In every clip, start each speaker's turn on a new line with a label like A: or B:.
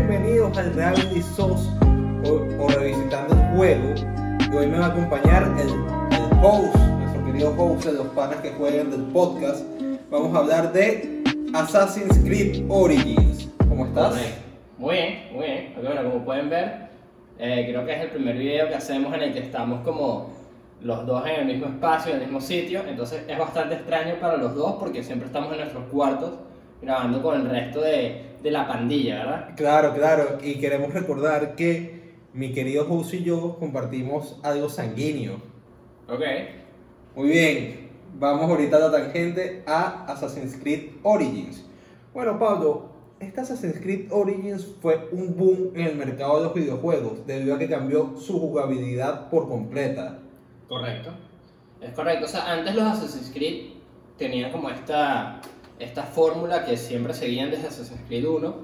A: bienvenidos al Reality SOS o, o revisitando el juego. Y hoy me va a acompañar el, el host, nuestro querido host de los panas que juegan del podcast. Vamos a hablar de Assassin's Creed Origins. ¿Cómo estás?
B: Muy bien, muy bien. Ok, bueno, como pueden ver, eh, creo que es el primer video que hacemos en el que estamos como los dos en el mismo espacio, en el mismo sitio. Entonces es bastante extraño para los dos porque siempre estamos en nuestros cuartos grabando con el resto de, de la pandilla, ¿verdad?
A: Claro, claro. Y queremos recordar que mi querido host y yo compartimos algo sanguíneo.
B: Ok.
A: Muy bien, vamos ahorita a la tangente a Assassin's Creed Origins. Bueno, Pablo, este Assassin's Creed Origins fue un boom en el mercado de los videojuegos debido a que cambió su jugabilidad por completa.
B: Correcto. Es correcto. O sea, antes los Assassin's Creed tenían como esta, esta fórmula que siempre seguían desde Assassin's Creed 1,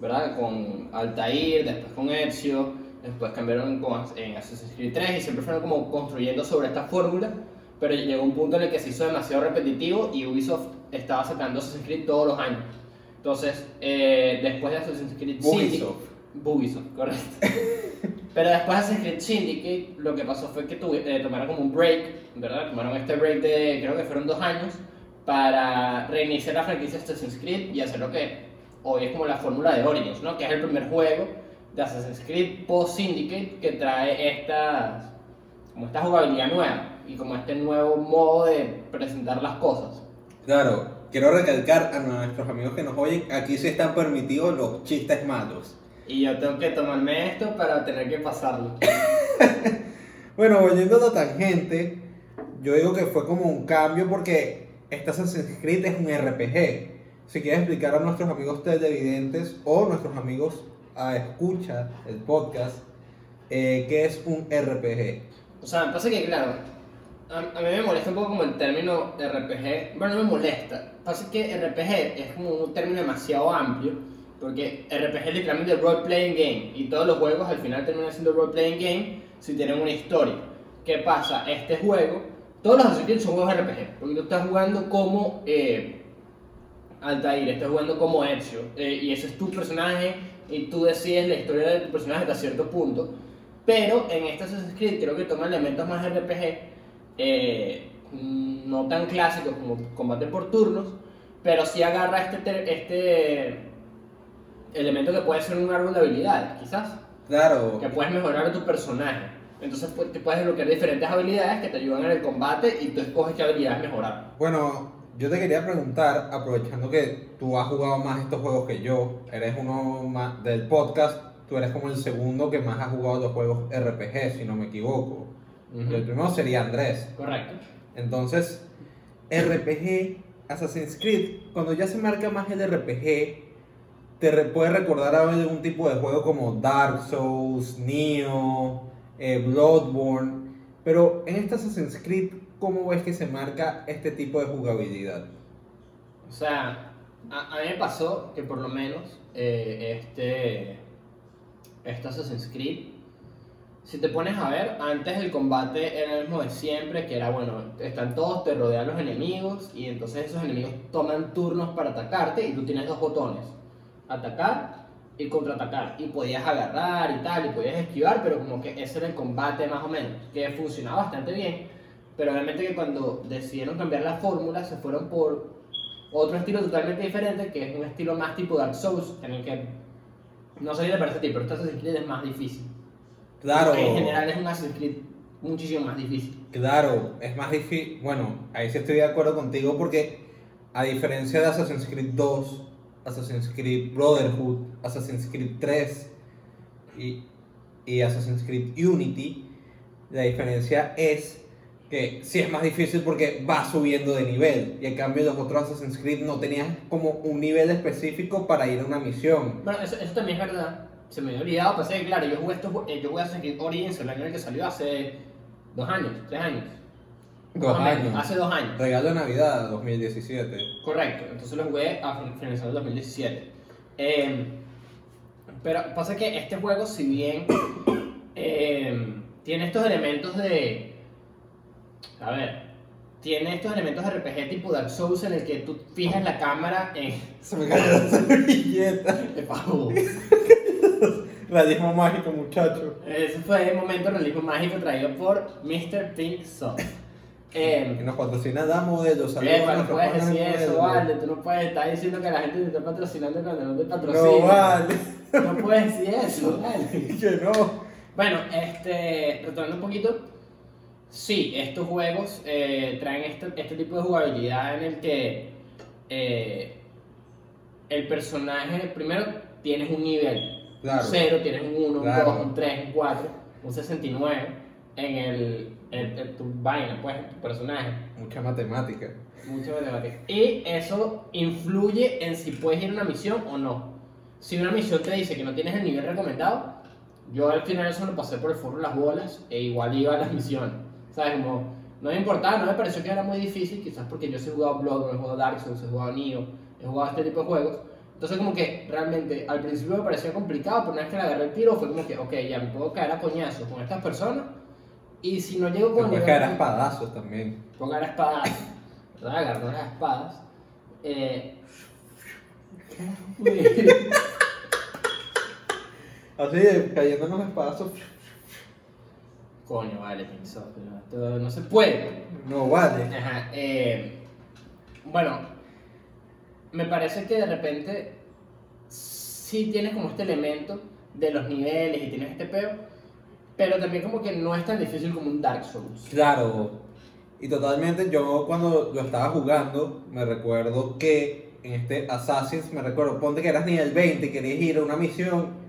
B: ¿verdad? Con Altair, después con Ezio, después cambiaron con, en Assassin's Creed 3 y siempre fueron como construyendo sobre esta fórmula, pero llegó un punto en el que se hizo demasiado repetitivo y Ubisoft estaba sacando Assassin's Creed todos los años. Entonces, eh, después de Assassin's Creed Syndicate-
A: Ubisoft.
B: Ubisoft, correcto. Pero después de Assassin's Creed Syndicate, lo que pasó fue que tuve- eh, tomaron como un break, ¿verdad? Tomaron este break de, creo que fueron dos años, para reiniciar la franquicia de Assassin's Creed y hacer lo que hoy es como la fórmula de Origins, ¿no? Que es el primer juego de Assassin's Creed post Syndicate que trae estas, como esta jugabilidad nueva y como este nuevo modo de presentar las cosas.
A: Claro, quiero recalcar a nuestros amigos que nos oyen, aquí sí están permitidos los chistes malos.
B: Y yo tengo que tomarme esto para tener que pasarlo.
A: Bueno, volviendo a la tangente, yo digo que fue como un cambio porque este Assassin's Creed es un RPG. Si quieres explicar a nuestros amigos televidentes o nuestros amigos a escucha el podcast, eh, qué es un RPG.
B: O sea, me pasa que, claro, a, a mí me molesta un poco como el término RPG. Bueno, no me molesta. Pasa que RPG es como un término demasiado amplio, porque RPG es literalmente role playing game, y todos los juegos al final terminan siendo role playing game si tienen una historia. ¿Qué pasa? Este juego, todos los Assassin's Creed son juegos RPG, porque tú estás jugando como. eh, Altair, estás jugando como Ezio, eh, y ese es tu personaje, y tú decides la historia de tu personaje hasta cierto punto. Pero en este Assassin's Creed creo que toma elementos más RPG, eh, mm, no tan clásicos como combate por turnos, pero sí agarra este, ter- este elemento que puede ser un árbol de habilidades, quizás,
A: Claro,
B: que puedes mejorar a tu personaje. Entonces pues, te puedes desbloquear diferentes habilidades que te ayudan en el combate y tú escoges qué habilidades mejorar.
A: bueno, yo te quería preguntar, aprovechando que tú has jugado más estos juegos que yo, eres uno más del podcast, tú eres como el segundo que más ha jugado los juegos RPG, si no me equivoco.
B: Ujú.
A: El primero sería Andrés.
B: Correcto.
A: Entonces, RPG, Assassin's Creed, cuando ya se marca más el RPG, te re- puede recordar a algún tipo de juego como Dark Souls, Neo, eh, Bloodborne. Pero en este Assassin's Creed, ¿cómo ves que se marca este tipo de jugabilidad?
B: O sea, a, a mí me pasó que por lo menos eh, este, este Assassin's Creed, si te pones a ver, antes el combate era el mismo de siempre, que era bueno, están todos, te rodean los enemigos y entonces esos enemigos toman turnos para atacarte y tú tienes dos botones, atacar y contraatacar y podías agarrar y tal y podías esquivar, pero como que ese era el combate más o menos, que funcionaba bastante bien, pero obviamente que cuando decidieron cambiar la fórmula se fueron por otro estilo totalmente diferente, que es un estilo más tipo Dark Souls, en el que no sé si te parece a ti, pero este Assassin's Creed es más difícil.
A: Claro,
B: En general es un Assassin's Creed muchísimo más difícil.
A: claro, es más difícil. Bueno, ahí sí estoy de acuerdo contigo porque a diferencia de Assassin's Creed 2, Assassin's Creed Brotherhood, Assassin's Creed 3 y, y Assassin's Creed Unity, la diferencia es que sí es más difícil porque va subiendo de nivel. Y en cambio los otros Assassin's Creed no tenías como un nivel específico para ir a una misión.
B: Bueno, eso, eso también es verdad. Se me había olvidado, pensé que claro, yo jugué, estos jue- eh, yo jugué Assassin's Creed Origins el año en el que salió hace dos años, tres años.
A: Dos
B: Más o menos,
A: años.
B: Hace dos años.
A: Regalo de Navidad 2017.
B: Correcto, entonces lo jugué a fin- finalizar el 2017. Eh, pero pasa que este juego, si bien eh, tiene estos elementos de. A ver, tiene estos elementos de RPG tipo Dark Souls en el que tú fijas la cámara en.
A: Se me cayó la servilleta.
B: ¡Epa!
A: Realismo mágico, muchacho.
B: Ese fue el momento realismo mágico traído por Mr. Pink Soft.
A: Que
B: Eh,
A: nos patrocina da modelos. saludos a
B: epa, no
A: nuestros
B: puedes
A: panas
B: decir
A: de
B: eso,
A: modelos.
B: vale. Tú no puedes estar diciendo que la gente te está patrocinando cuando no te patrocina.
A: No vale.
B: No puedes decir eso, vale.
A: que no.
B: Bueno, este, retomando un poquito, sí, estos juegos eh, traen este, este tipo de jugabilidad en el que eh, el personaje, primero, tienes un nivel,
A: Claro.
B: un 0, tienes un 1,
A: Claro.
B: un 2, un 3, un 4, un 69 en, el, en- en tu vaina, pues, en tu personaje.
A: Mucha matemática.
B: Mucho matemática. Y eso influye en si puedes ir a una misión o no. Si una misión te dice que no tienes el nivel recomendado, yo al final eso lo pasé por el forro de las bolas e igual iba a las misiones. ¿Sabes? Como, no me importaba, no me pareció que era muy difícil, quizás porque yo sí he jugado Bloodborne, he jugado Dark Souls, he jugado Nioh, he jugado este tipo de juegos. Entonces como que realmente al principio me parecía complicado, pero una vez que le agarré el tiro fue como que, ok, ya me puedo caer a coñazos con estas personas y si no llego
A: Te
B: con
A: puedes
B: nivel-
A: caer a espadazos también.
B: Pongan las espadas. ¿Verdad? Agarró las espadas. Eh...
A: Así, de, cayéndonos a espadazos.
B: Coño, vale, pensó, pero esto no se puede.
A: No vale.
B: Ajá. eh, Bueno, me parece que de repente sí tienes como este elemento de los niveles y tienes este peo, pero también como que no es tan difícil como un Dark Souls.
A: Claro. Y totalmente, yo cuando lo estaba jugando, me recuerdo que en este Assassin's, me recuerdo, ponte que eras nivel 20 y querías ir a una misión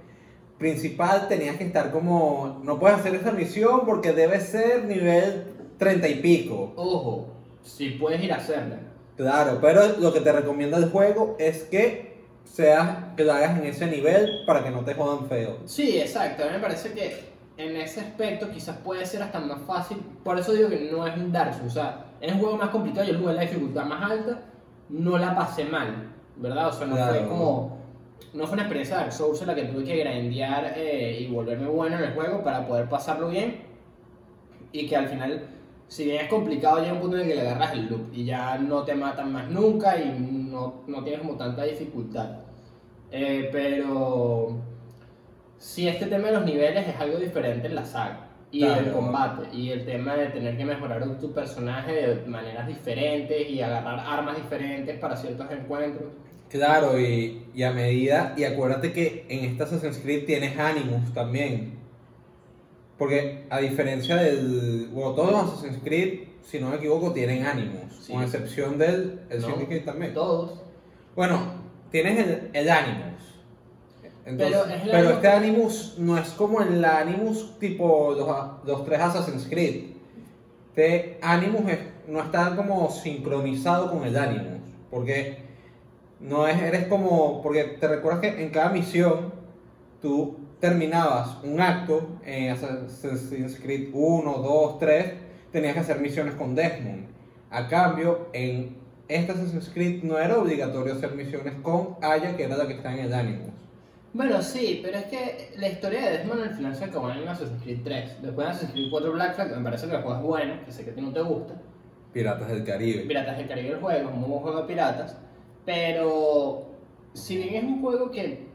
A: principal, tenías que estar como, no puedes hacer esta misión porque debe ser nivel 30 y pico.
B: Ojo, si puedes ir a hacerla.
A: Claro, pero lo que te recomienda el juego es que seas, que lo hagas en ese nivel para que no te jodan feo.
B: Sí, exacto. A mí me parece que en ese aspecto quizás puede ser hasta más fácil. Por eso digo que no es un Dark Souls. O sea, es un juego más complicado. Yo jugué la dificultad más alta. No la pasé mal, ¿verdad? O sea, no fue
A: Claro.
B: como. No fue una experiencia de Dark Souls en la que tuve que grandear eh, y volverme bueno en el juego para poder pasarlo bien. Y que al final, si bien es complicado, llega un punto en el que le agarras el loop y ya no te matan más nunca y no, no tienes como tanta dificultad. Eh, pero si este tema de los niveles es algo diferente en la saga y
A: Claro.
B: el combate y el tema de tener que mejorar tu personaje de maneras diferentes y agarrar armas diferentes para ciertos encuentros.
A: Claro, y, y a medida, y acuérdate que en esta Assassin's Creed tienes ánimos también. Porque a diferencia del. Bueno, todos los Assassin's Creed, si no me equivoco, tienen ánimos.
B: Sí.
A: Con excepción del el
B: No,
A: Syndicate también.
B: Todos.
A: Bueno, tienes el, el Animus. Entonces,
B: Pero
A: pero
B: es el Animus-
A: este Animus no es como el Animus tipo los, a- los tres Assassin's Creed. Este Animus es- no está como sincronizado con el Animus. Porque no es, eres como. Porque te recuerdas que en cada misión tú terminabas un acto en Assassin's Creed 1, 2, 3. Tenías que hacer misiones con Desmond. A cambio, en esta Assassin's Creed no era obligatorio hacer misiones con Aya, que era la que está en el Animus.
B: Bueno, sí, pero es que la historia de Desmond al final se acabó en Assassin's Creed 3. Después de Assassin's Creed 4 Black Flag, me parece que el juego es bueno, que sé que a ti no te gusta.
A: Piratas del Caribe.
B: Piratas del Caribe el juego, es un buen juego de piratas, pero si bien es un juego que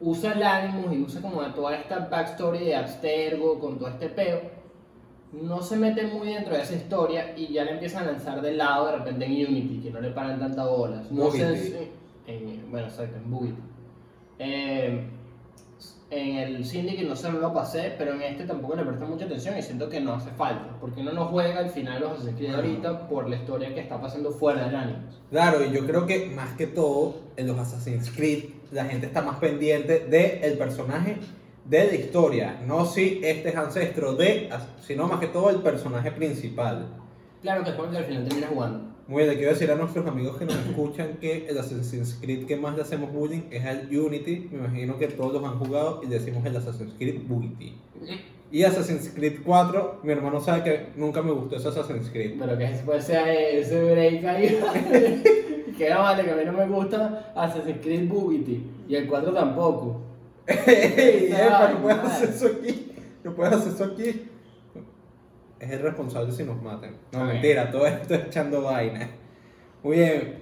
B: usa el ánimo y usa como toda esta backstory de Abstergo con todo este peo, no se mete muy dentro de esa historia y ya le empiezan a lanzar de lado de repente en Unity, que no le paran tantas bolas. No sé
A: Bugity.
B: si- en- bueno, exacto, en Bugity. Eh, en el Syndicate no se lo pasé, pero en este tampoco le presté mucha atención y siento que no hace falta, porque uno no juega al final los Assassin's Creed
A: Ajá.
B: ahorita por la historia que está pasando fuera del anime.
A: Claro, y yo creo que más que todo, en los Assassin's Creed, la gente está más pendiente del personaje de la historia. No si este es ancestro de, sino más que todo el personaje principal.
B: Claro que es cuando al final termina jugando.
A: Muy bien, le quiero decir a nuestros amigos que nos escuchan que el Assassin's Creed que más le hacemos bullying es el Unity. Me imagino que todos los han jugado y le decimos el Assassin's Creed Unity. Y Assassin's Creed 4, mi hermano sabe que nunca me gustó ese Assassin's Creed.
B: Pero que después sea ese break ahí. que no vale, que a mí no me gusta Assassin's Creed Bugity y el 4 tampoco.
A: ¡Ey! epa, eh, no
B: Ay,
A: puedes
B: madre.
A: hacer eso aquí. No puedes hacer eso aquí. Es el responsable si nos matan. No,
B: Ok.
A: mentira, todo esto es echando vaina. Muy bien,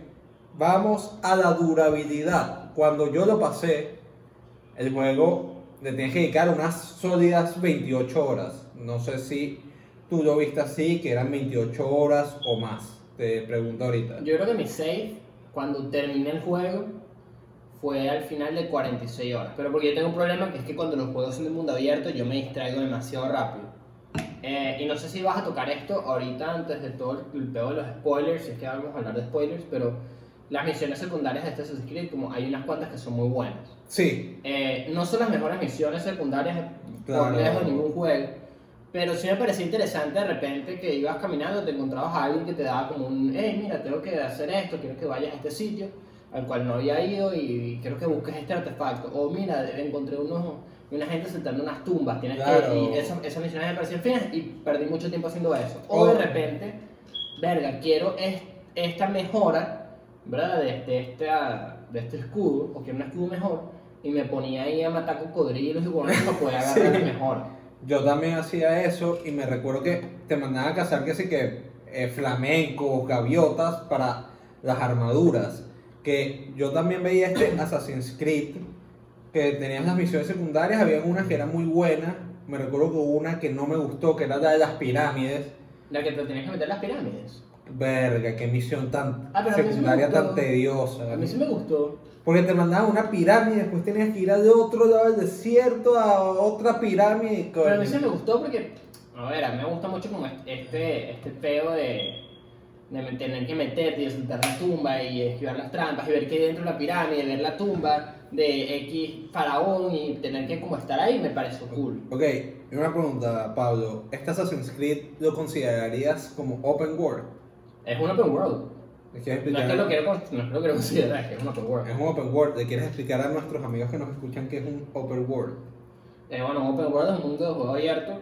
A: vamos a la durabilidad. Cuando yo lo pasé, el juego le tienes que dedicar unas sólidas 28 horas. No sé si tú lo viste así, que eran 28 horas o más. Te pregunto ahorita.
B: Yo creo que mi save, cuando terminé el juego, fue al final de 46 horas. Pero porque yo tengo un problema que es que cuando los juegos son de mundo abierto, yo me distraigo demasiado rápido. Eh, y no sé si vas a tocar esto ahorita antes de todo el, el peor de los spoilers, si es que vamos a hablar de spoilers, pero las misiones secundarias de este Assassin's Creed, como hay unas cuantas que son muy buenas.
A: Sí,
B: Eh, no son las mejores misiones secundarias
A: Claro.
B: por lejos de ningún juego, pero sí me parecía interesante de repente que ibas caminando, te encontrabas a alguien que te daba como un, hey, mira, tengo que hacer esto, quiero que vayas a este sitio al cual no había ido y quiero que busques este artefacto. O mira, encontré unos, una gente saltando unas tumbas, tienes
A: Claro.
B: que... Y esas, esas misiones me parecían finas y perdí mucho tiempo haciendo eso. O
A: O-
B: de repente, verga, quiero es- esta mejora, ¿verdad? De, este, de esta- de este escudo, o quiero un escudo mejor, y me ponía ahí a matar cocodrilos y con eso poder agarrar la
A: Sí.
B: mejora.
A: yo también hacía eso y me recuerdo que te mandaban a cazar que sí que eh, flamencos, gaviotas para las armaduras. Que yo también veía este Assassin's Creed, que tenías las misiones secundarias, había unas que eran muy buenas. Me recuerdo que hubo una que no me gustó, que era la de las pirámides.
B: La que te tenías que meter en las pirámides.
A: Verga, qué misión tan
B: Ah, pero a mí sí me
A: secundaria,
B: gustó.
A: tan tediosa.
B: A mí sí me gustó.
A: Porque te mandaban una pirámide, después tenías que ir al otro lado del desierto a otra pirámide.
B: Pero a mí
A: coño.
B: sí me gustó porque, a ver, a mí me gusta mucho como este, este peo de, de tener que meterte y de saltar la tumba y esquivar las trampas y ver que hay dentro de la pirámide, ver la tumba de X faraón y tener que como estar ahí me pareció cool.
A: Ok, y una pregunta, Pablo. ¿Este Assassin's Creed lo considerarías como open world?
B: Es un open world.
A: ¿Le quieres
B: No es
A: explicar?
B: que lo quiero, con- no es que lo quiero considerar, es que es un open world.
A: Es un open world. ¿Le quieres explicar a nuestros amigos que nos escuchan que es un open world?
B: Eh, bueno, un open world es un mundo de juego abierto.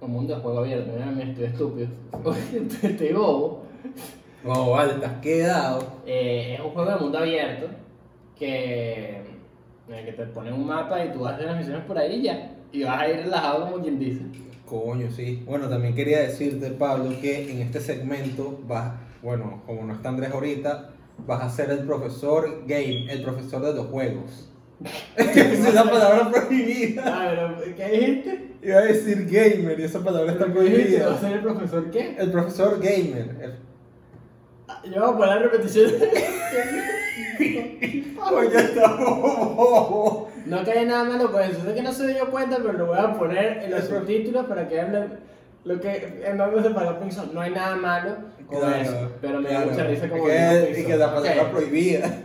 B: Un mundo de juego abierto, mira, me estoy estúpido. estoy bobo.
A: Oh, vale, te has quedado.
B: Eh, es un juego de mundo abierto que, en el que te ponen un mapa y tú haces las misiones por ahí y ya. Y vas a ir relajado como quien dice.
A: Coño, sí. Bueno, también quería decirte, Pablo, que en este segmento vas, bueno, como no está Andrés ahorita, vas a ser el profesor game, el profesor de los juegos. es una palabra prohibida.
B: A ver, Ah, ¿qué hay gente?
A: Iba a decir gamer y esa palabra está
B: ¿Va a
A: prohibida.
B: ser el profesor qué?
A: El profesor gamer. el-
B: Ah, Yo voy a poner repetición.
A: Coño, está bobo.
B: no cae nada malo por eso. Sé que no se dio cuenta, pero lo voy a poner en los
A: Eso.
B: subtítulos para que hablen lo que en nombre de para Pinson. No hay nada malo con eso, pero me da
A: claro.
B: mucha risa como
A: Y
B: dijo
A: que- Y
B: Pinson.
A: que la
B: Ok.
A: palabra prohibida.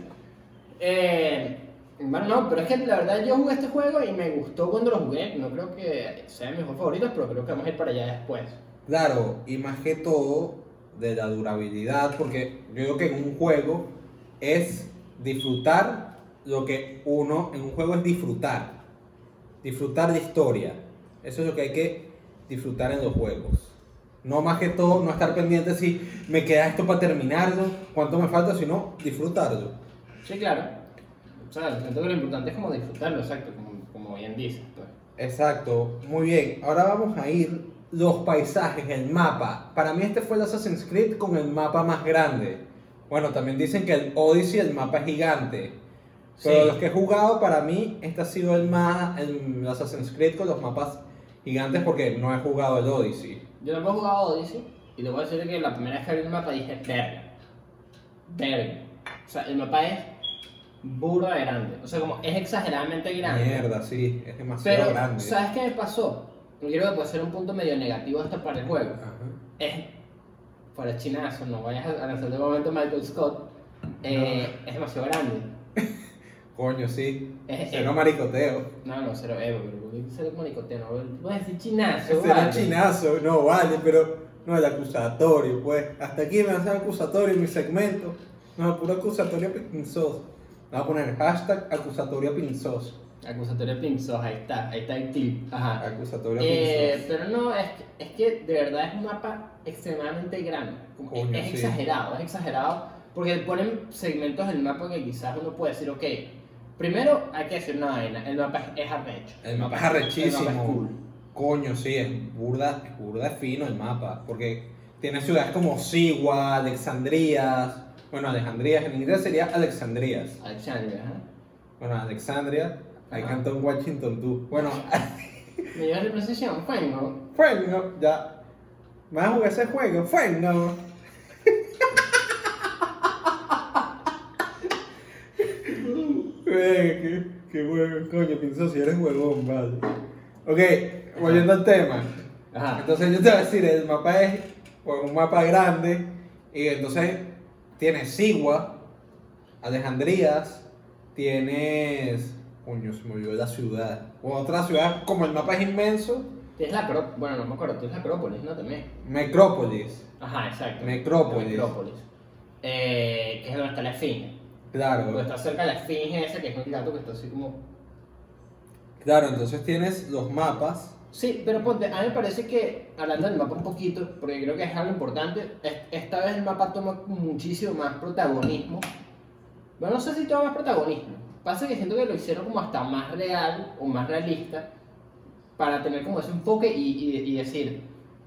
B: Eh, bueno, no, pero es que la verdad yo jugué este juego y me gustó cuando lo jugué. No creo que sea mi juego favorito, pero creo que vamos a ir para allá después.
A: Claro, y más que todo de la durabilidad, porque yo digo que en un juego es disfrutar lo que uno, en un juego es disfrutar, disfrutar de historia. Eso es lo que hay que disfrutar en los juegos. No más que todo, no estar pendiente si me queda esto para terminarlo, cuánto me falta, sino disfrutarlo.
B: Sí, claro. O sea, siento que lo importante es como disfrutarlo, exacto, como, como bien dices. pues.
A: Exacto, muy bien. Ahora vamos a ir los paisajes, el mapa. Para mí este fue el Assassin's Creed con el mapa más grande. Bueno, también dicen que el Odyssey el mapa es gigante. Pero
B: Sí.
A: los que he jugado, para mí este ha sido el más el Assassin's Creed con los mapas gigantes porque no he jugado el Odyssey.
B: Yo tampoco he jugado Odyssey y te voy a decir que la primera vez que abrí el mapa dije, verga. Verga. O sea, el mapa es burda de grande. O sea, como es exageradamente grande.
A: Mierda, sí, es demasiado
B: pero,
A: grande.
B: ¿sabes qué me pasó? Yo creo que puede ser un punto medio negativo hasta para el juego.
A: Ajá.
B: es fuera chinazo, no vayas a lanzar de momento Michael Scott, eh, es demasiado grande.
A: Coño, sí.
B: Es, es-
A: Cero maricoteo.
B: no, no, cero Evo, pero cero maricoteo, no voy a decir chinazo.
A: Será
B: vale.
A: chinazo, no vale, pero no el acusatorio, pues. Hasta aquí me hacen acusatorio en mi segmento. No, puro acusatorio pinzos. Vamos a poner hashtag acusatorio pinzos.
B: Acusatorio Pinzos, ahí está, ahí está el tip. Ajá.
A: Acusatorio
B: Eh,
A: pinzos.
B: pero no, es que, es que de verdad es un mapa extremadamente grande. Como que
A: Coño,
B: es
A: sí.
B: exagerado, es exagerado. Porque ponen segmentos del mapa que quizás uno puede decir, ok, primero hay que decir una vaina, el mapa es, es arrecho.
A: El mapa es
B: El mapa es
A: arrechísimo.
B: cool.
A: Coño, sí, es burda, es burda fino el mapa. Porque tiene ciudades como Siwa, Alexandrías. Bueno, Alejandrías en inglés sería Alexandrías.
B: Alexandria, ajá.
A: Bueno, Alexandria, I
B: Ajá.
A: can't talk Washington too. Bueno,
B: Me dio la depresión, bueno.
A: bueno, ya. Me vas a jugar ese juego, bueno. Eh, qué, qué huevón, coño, pienso si eres huevón, vale. Ok, volviendo al tema.
B: Ajá.
A: Entonces yo te voy a decir, el mapa es pues, un mapa grande y entonces tienes Sigua, Alejandrías, tienes... Coño, se me olvidó la ciudad. O otra ciudad, como el mapa es inmenso,
B: Tienes la Acrópolis, bueno, no me acuerdo, tienes la Acrópolis, ¿no? También.
A: Necrópolis.
B: Ajá, exacto.
A: Necrópolis.
B: La Necrópolis. Eh, que es donde está la Esfinge. Donde
A: Claro,
B: está cerca de la Esfinge esa, que es un gato que está así como...
A: claro, entonces tienes los mapas.
B: Sí, pero ponte, a mí me parece que, hablando del mapa un poquito, porque creo que es algo importante, es- esta vez el mapa toma muchísimo más protagonismo. Bueno, no sé si toma más protagonismo. Pasa que siento que lo hicieron como hasta más real o más realista para tener como ese enfoque y, y- y decir,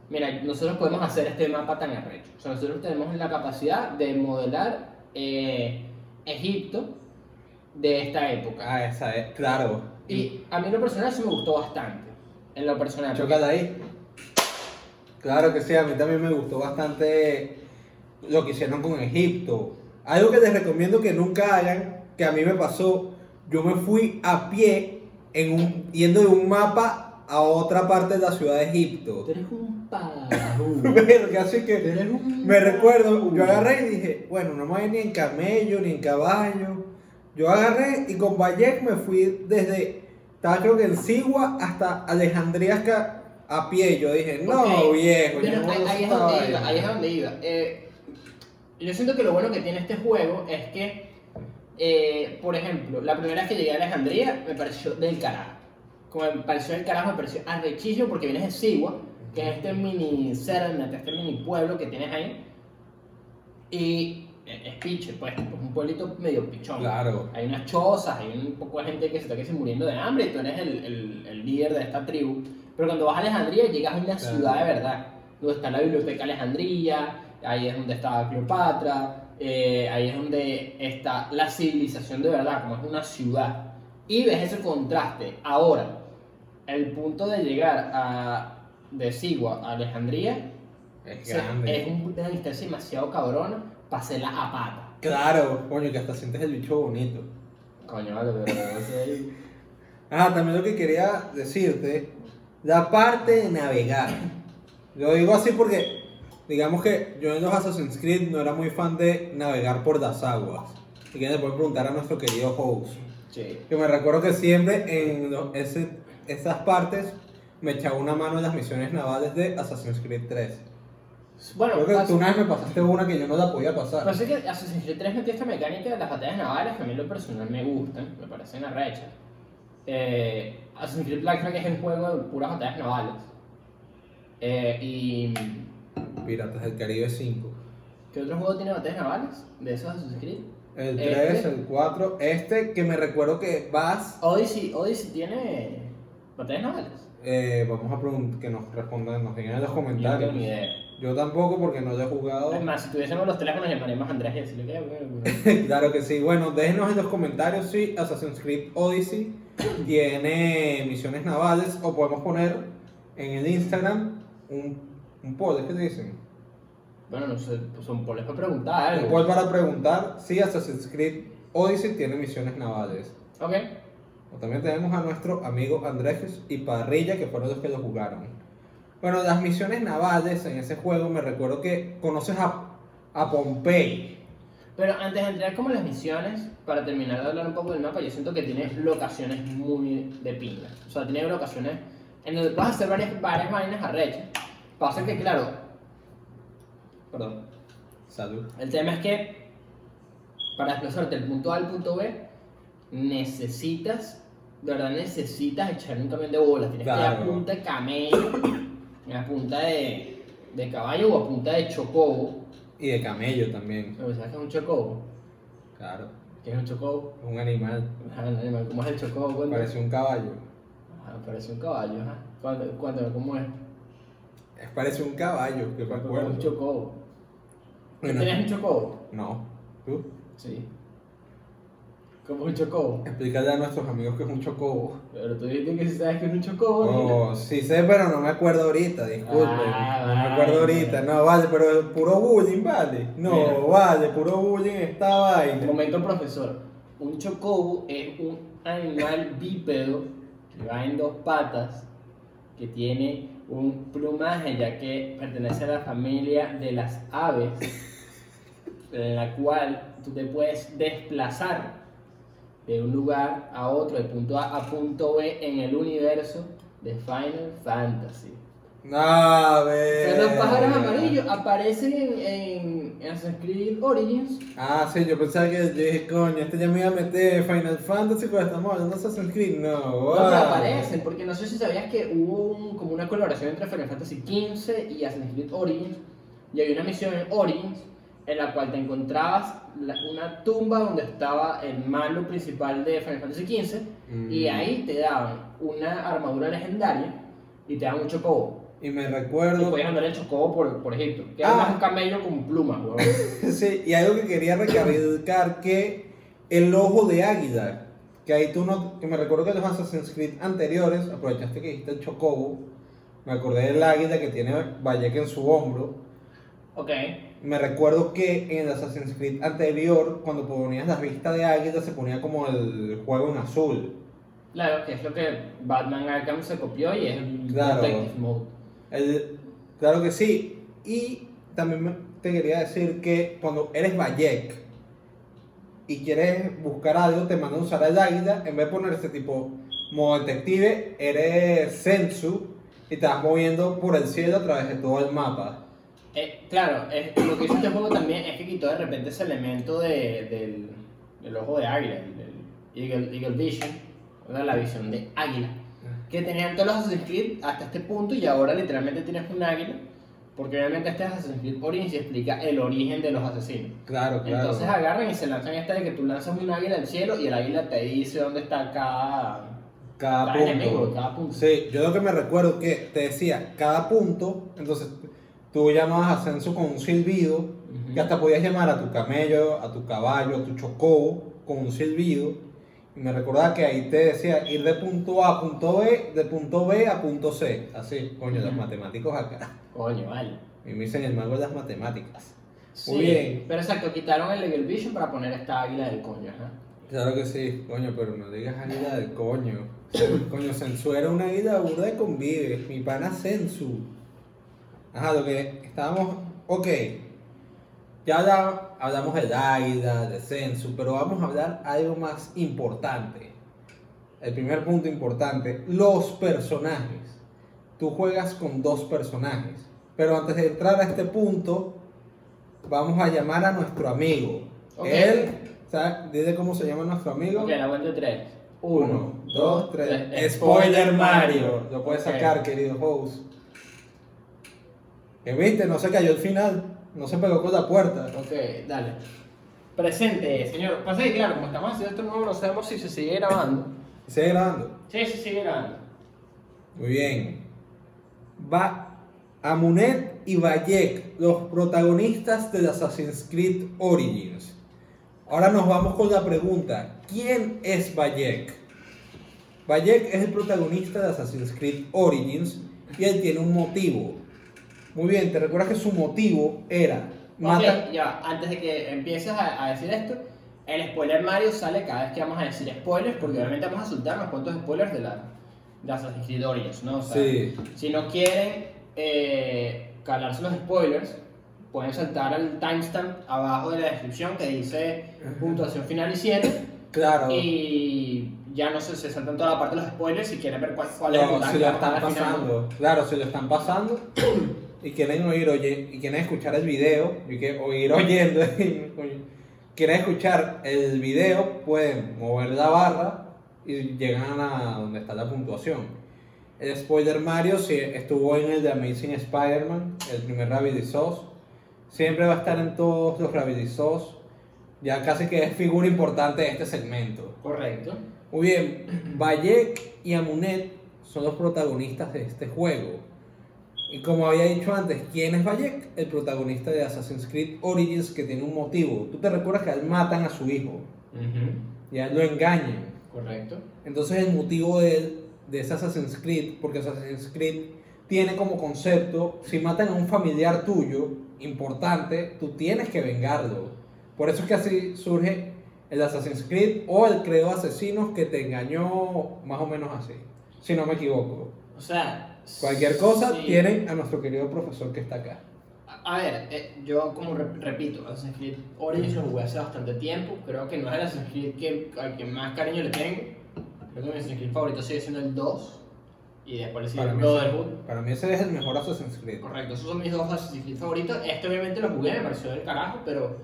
B: mira, nosotros podemos hacer este mapa tan arrecho. O sea, nosotros tenemos la capacidad de modelar eh, Egipto de esta época.
A: Ah, esa es, claro.
B: Y a mí en lo personal sí me gustó bastante. En lo personal. porque-
A: Chócala ahí. Claro que sí, a mí también me gustó bastante lo que hicieron con Egipto. Algo que les recomiendo que nunca hagan, que a mí me pasó, yo me fui a pie en un, yendo de un mapa a otra parte de la ciudad de Egipto.
B: Tú eres un pajú.
A: Verga, así
B: Tú
A: que
B: eres un
A: me recuerdo,
B: pajú.
A: yo agarré y dije, bueno, no me voy ni en camello, ni en caballo. Yo agarré y con Bayek me fui desde, estaba creo que en Sigua hasta Alejandría ca- a pie. Yo dije, no,
B: Ok,
A: viejo, yo
B: pero
A: no voy
B: ahí,
A: a
B: ahí es
A: esa
B: donde
A: vaina".
B: iba, ahí es donde iba. Eh, yo siento que lo bueno que tiene este juego es que, eh, por ejemplo, la primera vez que llegué a Alejandría me pareció del carajo. Como me pareció del carajo, me pareció arrechísimo porque vienes de Sigua, que es este mini serenata, este mini pueblo que tienes ahí. Y eh, es piche, pues, tipo, es un pueblito medio pichón.
A: Claro,
B: Hay unas chozas, hay un poco de gente que se está que se muriendo de hambre y tú eres el, el- el líder de esta tribu. Pero cuando vas a Alejandría llegas a una
A: Claro.
B: ciudad de verdad, donde está la biblioteca Alejandría, ahí es donde estaba Cleopatra, eh, ahí es donde está la civilización de verdad, como es una ciudad. Y ves ese contraste. Ahora, el punto de llegar a, de Sigua a Alejandría
A: es
B: o sea,
A: grande.
B: es un- una distancia demasiado cabrona para hacerla a pata.
A: Claro, coño, que hasta sientes el bicho bonito.
B: Coño, vale, pero eso es-
A: Ah, también lo que quería decirte, la parte de navegar. Lo digo así porque, digamos que yo en los Assassin's Creed no era muy fan de navegar por las aguas. Y que le pueden preguntar a nuestro querido host.
B: Sí.
A: Yo me recuerdo que siempre en lo- ese- esas partes me echaba una mano en las misiones navales de Assassin's Creed 3.
B: Bueno,
A: Creo que
B: pasa-
A: tú una vez me pasaste una que yo no la podía pasar.
B: pasa que Assassin's Creed 3 metió esta mecánica de las batallas navales que a mí en lo personal me gustan, me parecen arrechas. Eh, Assassin's Creed Black Flag es un juego de puras batallas navales. Eh, y...
A: Piratas del Caribe 5.
B: ¿Qué otro juego tiene batallas navales de esos Assassin's Creed?
A: El
B: Este.
A: 3, el 4, este que me recuerdo que vas
B: Odyssey, Odyssey tiene batallas navales.
A: Eh, vamos a preguntar que nos respondan, nos digan en los
B: Yo no tengo ni
A: comentarios.
B: idea.
A: Yo tampoco porque no lo he jugado.
B: Es más, si tuviésemos los teléfonos llamaríamos a Andrés y decirle que... bueno, bueno.
A: claro que sí. Bueno, déjenos en los comentarios si Assassin's Creed Odyssey tiene misiones navales o podemos poner en el Instagram un, un poll, ¿qué te dicen?
B: Bueno, no sé, son poles para preguntar
A: Un
B: algo.
A: poll para preguntar si Assassin's Creed Odyssey tiene misiones navales.
B: Ok.
A: O También tenemos a nuestro amigo Andrés y Parrilla, que fueron los que lo jugaron. Bueno, las misiones navales en ese juego me recuerdo que conoces a, a Pompey.
B: Pero antes de entrar como en las misiones, para terminar de hablar un poco del mapa, yo siento que tiene locaciones muy de pinga. O sea, tiene locaciones en donde puedes hacer varias, varias vainas arrechas. Pasa que, claro, perdón,
A: Salud.
B: el tema es que para desplazarte del punto A al punto B, necesitas, de verdad necesitas echar un camión de bolas. Tienes que ir a
A: Claro.
B: punta de camello, a punta de, de caballo o a punta de chocobo.
A: Y de camello también.
B: ¿Sabes qué es un chocobo?
A: Claro.
B: ¿Qué es un chocobo?
A: Es un animal.
C: Ah,
B: Ajá, el animal, ¿Cómo es el chocobo? cuando-
A: Parece un caballo.
B: Ajá, parece un caballo, ajá. Cuando, cuando, ¿Cómo es?
A: Es- Parece un caballo, que me
B: Cuando es un
A: acuerdo.
B: chocobo. ¿Tú
A: Bueno,
B: ¿Tenías un chocobo?
A: no. ¿Tú?
B: Sí.
C: Como un chocobo.
A: Explícale a nuestros amigos que es un chocobo.
C: Pero tú dijiste que si sabes que es un chocobo. ¿no?
A: Oh, sí sé, pero no me acuerdo ahorita, disculpe.
C: Ah,
A: no me
C: vale.
A: acuerdo ahorita, no, vale, pero es puro bullying, vale. No,
C: Mira.
A: vale, puro bullying esta vaina.
C: Momento profesor.
B: Un chocobo es un animal bípedo que va en dos patas, que tiene un plumaje, ya que pertenece a la familia de las aves, en la cual tú te puedes desplazar de un lugar a otro, de punto A a punto B en el universo de Final Fantasy.
A: No, ve.
B: Pero los pájaros amarillos aparecen en, en Assassin's Creed Origins
A: Ah, sí, yo pensaba que yo dije, coño, este ya me iba a meter Final Fantasy cuando estamos hablando de Assassin's Creed. No,
B: No,
A: vale.
B: pero aparecen, porque no sé si sabías que hubo un- como una colaboración entre Final Fantasy XV y Assassin's Creed Origins, y había una misión en Origins en la cual te encontrabas la- una tumba donde estaba el malo principal de Final Fantasy XV, y
A: Mm.
B: ahí te daban una armadura legendaria y te daban un chocobo.
A: Y me
B: Y
A: recuerdo.
B: podías andar en chocobo por, por Egipto, que
A: Ah.
B: era un camello con plumas, weón.
A: Sí, y algo que quería recalcar que el ojo de águila, que ahí tú no, que me recuerdo que los Assassin's Creed anteriores, aprovechaste que dijiste el chocobo, me acordé del águila que tiene Bayek en su hombro,
B: ok,
A: me recuerdo que en el Assassin's Creed anterior, cuando ponías las vistas de águila, se ponía como el juego en azul.
B: claro, que es lo que Batman Arkham se copió y es el
A: Claro.
B: Detective Mode.
A: El- claro que sí, y también me- te quería decir que cuando eres Bayek, y quieres buscar algo, te mandan a usar el águila, en vez de ponerse tipo modo detective, eres Sensu y te vas moviendo por el cielo a través de todo el mapa.
B: Eh, claro, es- lo que hizo este juego también es que quitó de repente ese elemento de- del, del ojo de águila, del Eagle, Eagle Vision, o sea, la visión de águila,
A: Ah.
B: que tenían todos los Assassin's Creed hasta este punto y ahora literalmente tienes un águila, porque obviamente este es Assassin's Creed Origins y explica el origen de los asesinos.
A: Claro, claro.
B: Entonces agarran y se lanzan esta de que tú lanzas un águila al cielo y el águila te dice dónde está cada,
A: cada
B: cada
A: punto.
B: enemigo, cada punto.
A: Sí, yo lo que me recuerdo que te decía cada punto, entonces tú llamabas a Sensu con un silbido,
B: Ujú.
A: que hasta podías llamar a tu camello, a tu caballo, a tu chocobo con un silbido. Y me recordaba que ahí te decía ir de punto A a punto B, de punto B a punto C. Así, coño, los
B: Ujú.
A: matemáticos acá.
B: Coño, vale.
A: Y me dicen el mago de las matemáticas.
B: Sí,
A: Muy bien.
B: pero exacto, quitaron el Eagle Vision para poner esta águila del coño, ajá.
A: Claro que sí, coño, pero no digas águila del coño. Coño, Sensu era una águila burda de convive. Mi pana Sensu. Ajá, lo que estábamos. Ok. Ya habla- hablamos del águila, de Sensu, pero vamos a hablar algo más importante. El primer punto importante: los personajes. Tú juegas con dos personajes. Pero antes de entrar a este punto, vamos a llamar a nuestro amigo.
B: Ok.
A: Él, ¿sabes? Dile cómo se llama nuestro amigo.
B: Ok, la vuelta de tres.
A: 1, 2, 3.
B: Tres.
A: Spoiler Mario. Lo puedes
B: Ok.
A: sacar, querido host. Que viste, no se cayó el final. No se pegó con la puerta.
B: Ok, dale. Presente, señor. Pasa que, claro, como estamos haciendo esto nuevo, no sabemos si se sigue grabando.
A: Sigue grabando.
B: Sí, se sigue grabando.
A: Muy bien. Va Amunet y Bayek, los protagonistas de Assassin's Creed Origins. Ahora nos vamos con la pregunta: ¿Quién es Bayek? Bayek es el protagonista de Assassin's Creed Origins y él tiene un motivo. Muy bien, ¿te recuerdas que su motivo era matar?
B: Ok, ya, antes de que empieces a, a decir esto, el spoiler Mario sale cada vez que vamos a decir spoilers, porque obviamente vamos a soltar unos cuantos spoilers de la de Assassin's Creed Origins, ¿no? O sea,
A: Sí.
B: Si no quieren eh, calarse los spoilers, pueden saltar al timestamp abajo de la descripción que dice puntuación final y cierre.
A: Claro.
B: Eh, Y ya no sé, se saltan toda la parte de los spoilers si quieren ver cuál, cuál es el
A: No,
B: puntaje
A: Eh, se
B: que
A: lo
B: va a
A: están
B: estar al final.
A: pasando. Claro, se lo están pasando. y quieren oír, oye, y quieren escuchar el video. Y que oír oyendo. Oye, quieren escuchar el video, pueden mover la barra y llegan a donde está la puntuación. El spoiler Mario sí, estuvo en el de Amazing Spider-Man, el primer Rabbit Sauce. Siempre va a estar en todos los Rabbit Sauce. Ya casi que es figura importante de este segmento.
B: Correcto.
A: Muy bien, Bayek y Amunet son los protagonistas de este juego. Y como había dicho antes, ¿quién es Bayek? El protagonista de Assassin's Creed Origins que tiene un motivo. Tú te recuerdas que a él matan a su hijo. ya lo engañan.
C: Correcto.
A: Entonces el motivo de, de ese Assassin's Creed, porque Assassin's Creed tiene como concepto, si matan a un familiar tuyo importante, tú tienes que vengarlo. Por eso es que así surge el Assassin's Creed o el Creo Asesinos que te engañó más o menos así, si no me equivoco.
B: O sea.
A: Cualquier cosa
B: sí.
A: tienen a nuestro querido profesor que está acá.
B: A a ver, eh, yo como re- repito, Assassin's Creed Origins lo jugué hace bastante tiempo. Creo que no es el Assassin's Creed que, al que más cariño le tengo. Creo que mi Assassin's Creed favorito sigue siendo el 2. Y después le sigue
A: Para
B: el
A: mí,
B: Brotherhood.
A: para mí ese es el mejor Assassin's Creed.
B: Correcto, esos son mis dos Assassin's Creed favoritos. Este obviamente lo jugué, me pareció del carajo, pero,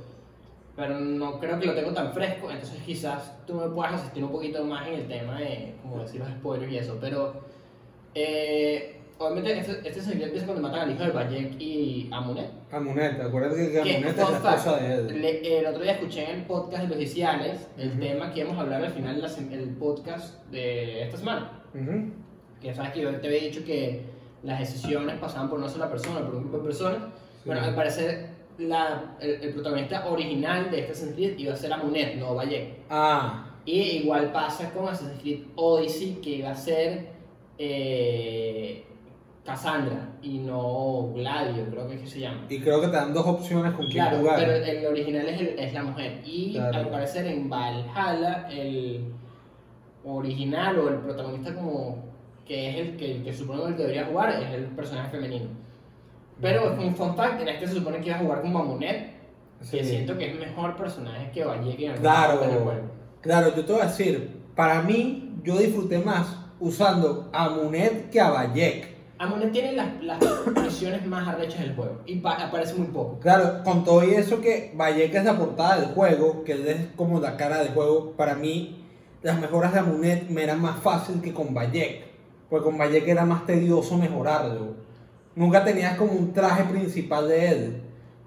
B: pero no creo que lo tengo tan fresco. Entonces quizás tú me puedas asistir un poquito más en el tema de, como decir, los spoilers y eso. Pero eh, obviamente este, este Assassin's Creed empieza cuando matan al hijo de Bayek y Amunet.
A: Amunet, acuérdate que
B: Que,
A: Amunet
B: fun
A: es la
B: fact,
A: esposa de él.
B: le- el otro día escuché en el podcast de los Isiales el
A: Ujú.
B: tema que íbamos a hablar al final del podcast de esta semana
A: Ujú.
B: que sabes que yo te había dicho que las decisiones pasaban por una sola persona, por un grupo de personas. Bueno, al parecer la, el, el protagonista original de este Assassin's Creed iba a ser Amunet, no Valle.
A: Ah,
B: Y igual pasa con Assassin's Creed Odyssey, que iba a ser eh, Cassandra y no Gladio, creo que es que se llama.
A: Y creo que te dan dos opciones con quién
B: Claro,
A: jugar.
B: pero el original es, el- es la mujer. Y
A: Claro.
B: al parecer en Valhalla, el original o el protagonista como que es el que, el que supongo el que debería jugar es el personaje femenino. Pero es un fun fact, en este se supone que iba a jugar con Mamonet,
A: Sí.
B: que siento que es mejor personaje que Valle que en algún momento en el
A: Claro,
B: juego.
A: claro, yo te voy a decir, para mí, yo disfruté más usando a Munet que a Bayek.
B: Amunet tiene las, las misiones más arrechas del juego y pa- aparece muy poco.
A: Claro, con todo y eso que Bayek es la portada del juego, que él es como la cara del juego, para mí, las mejoras de Amunet me eran más fácil que con Bayek. Porque con Bayek era más tedioso mejorarlo. Nunca tenías como un traje principal de él.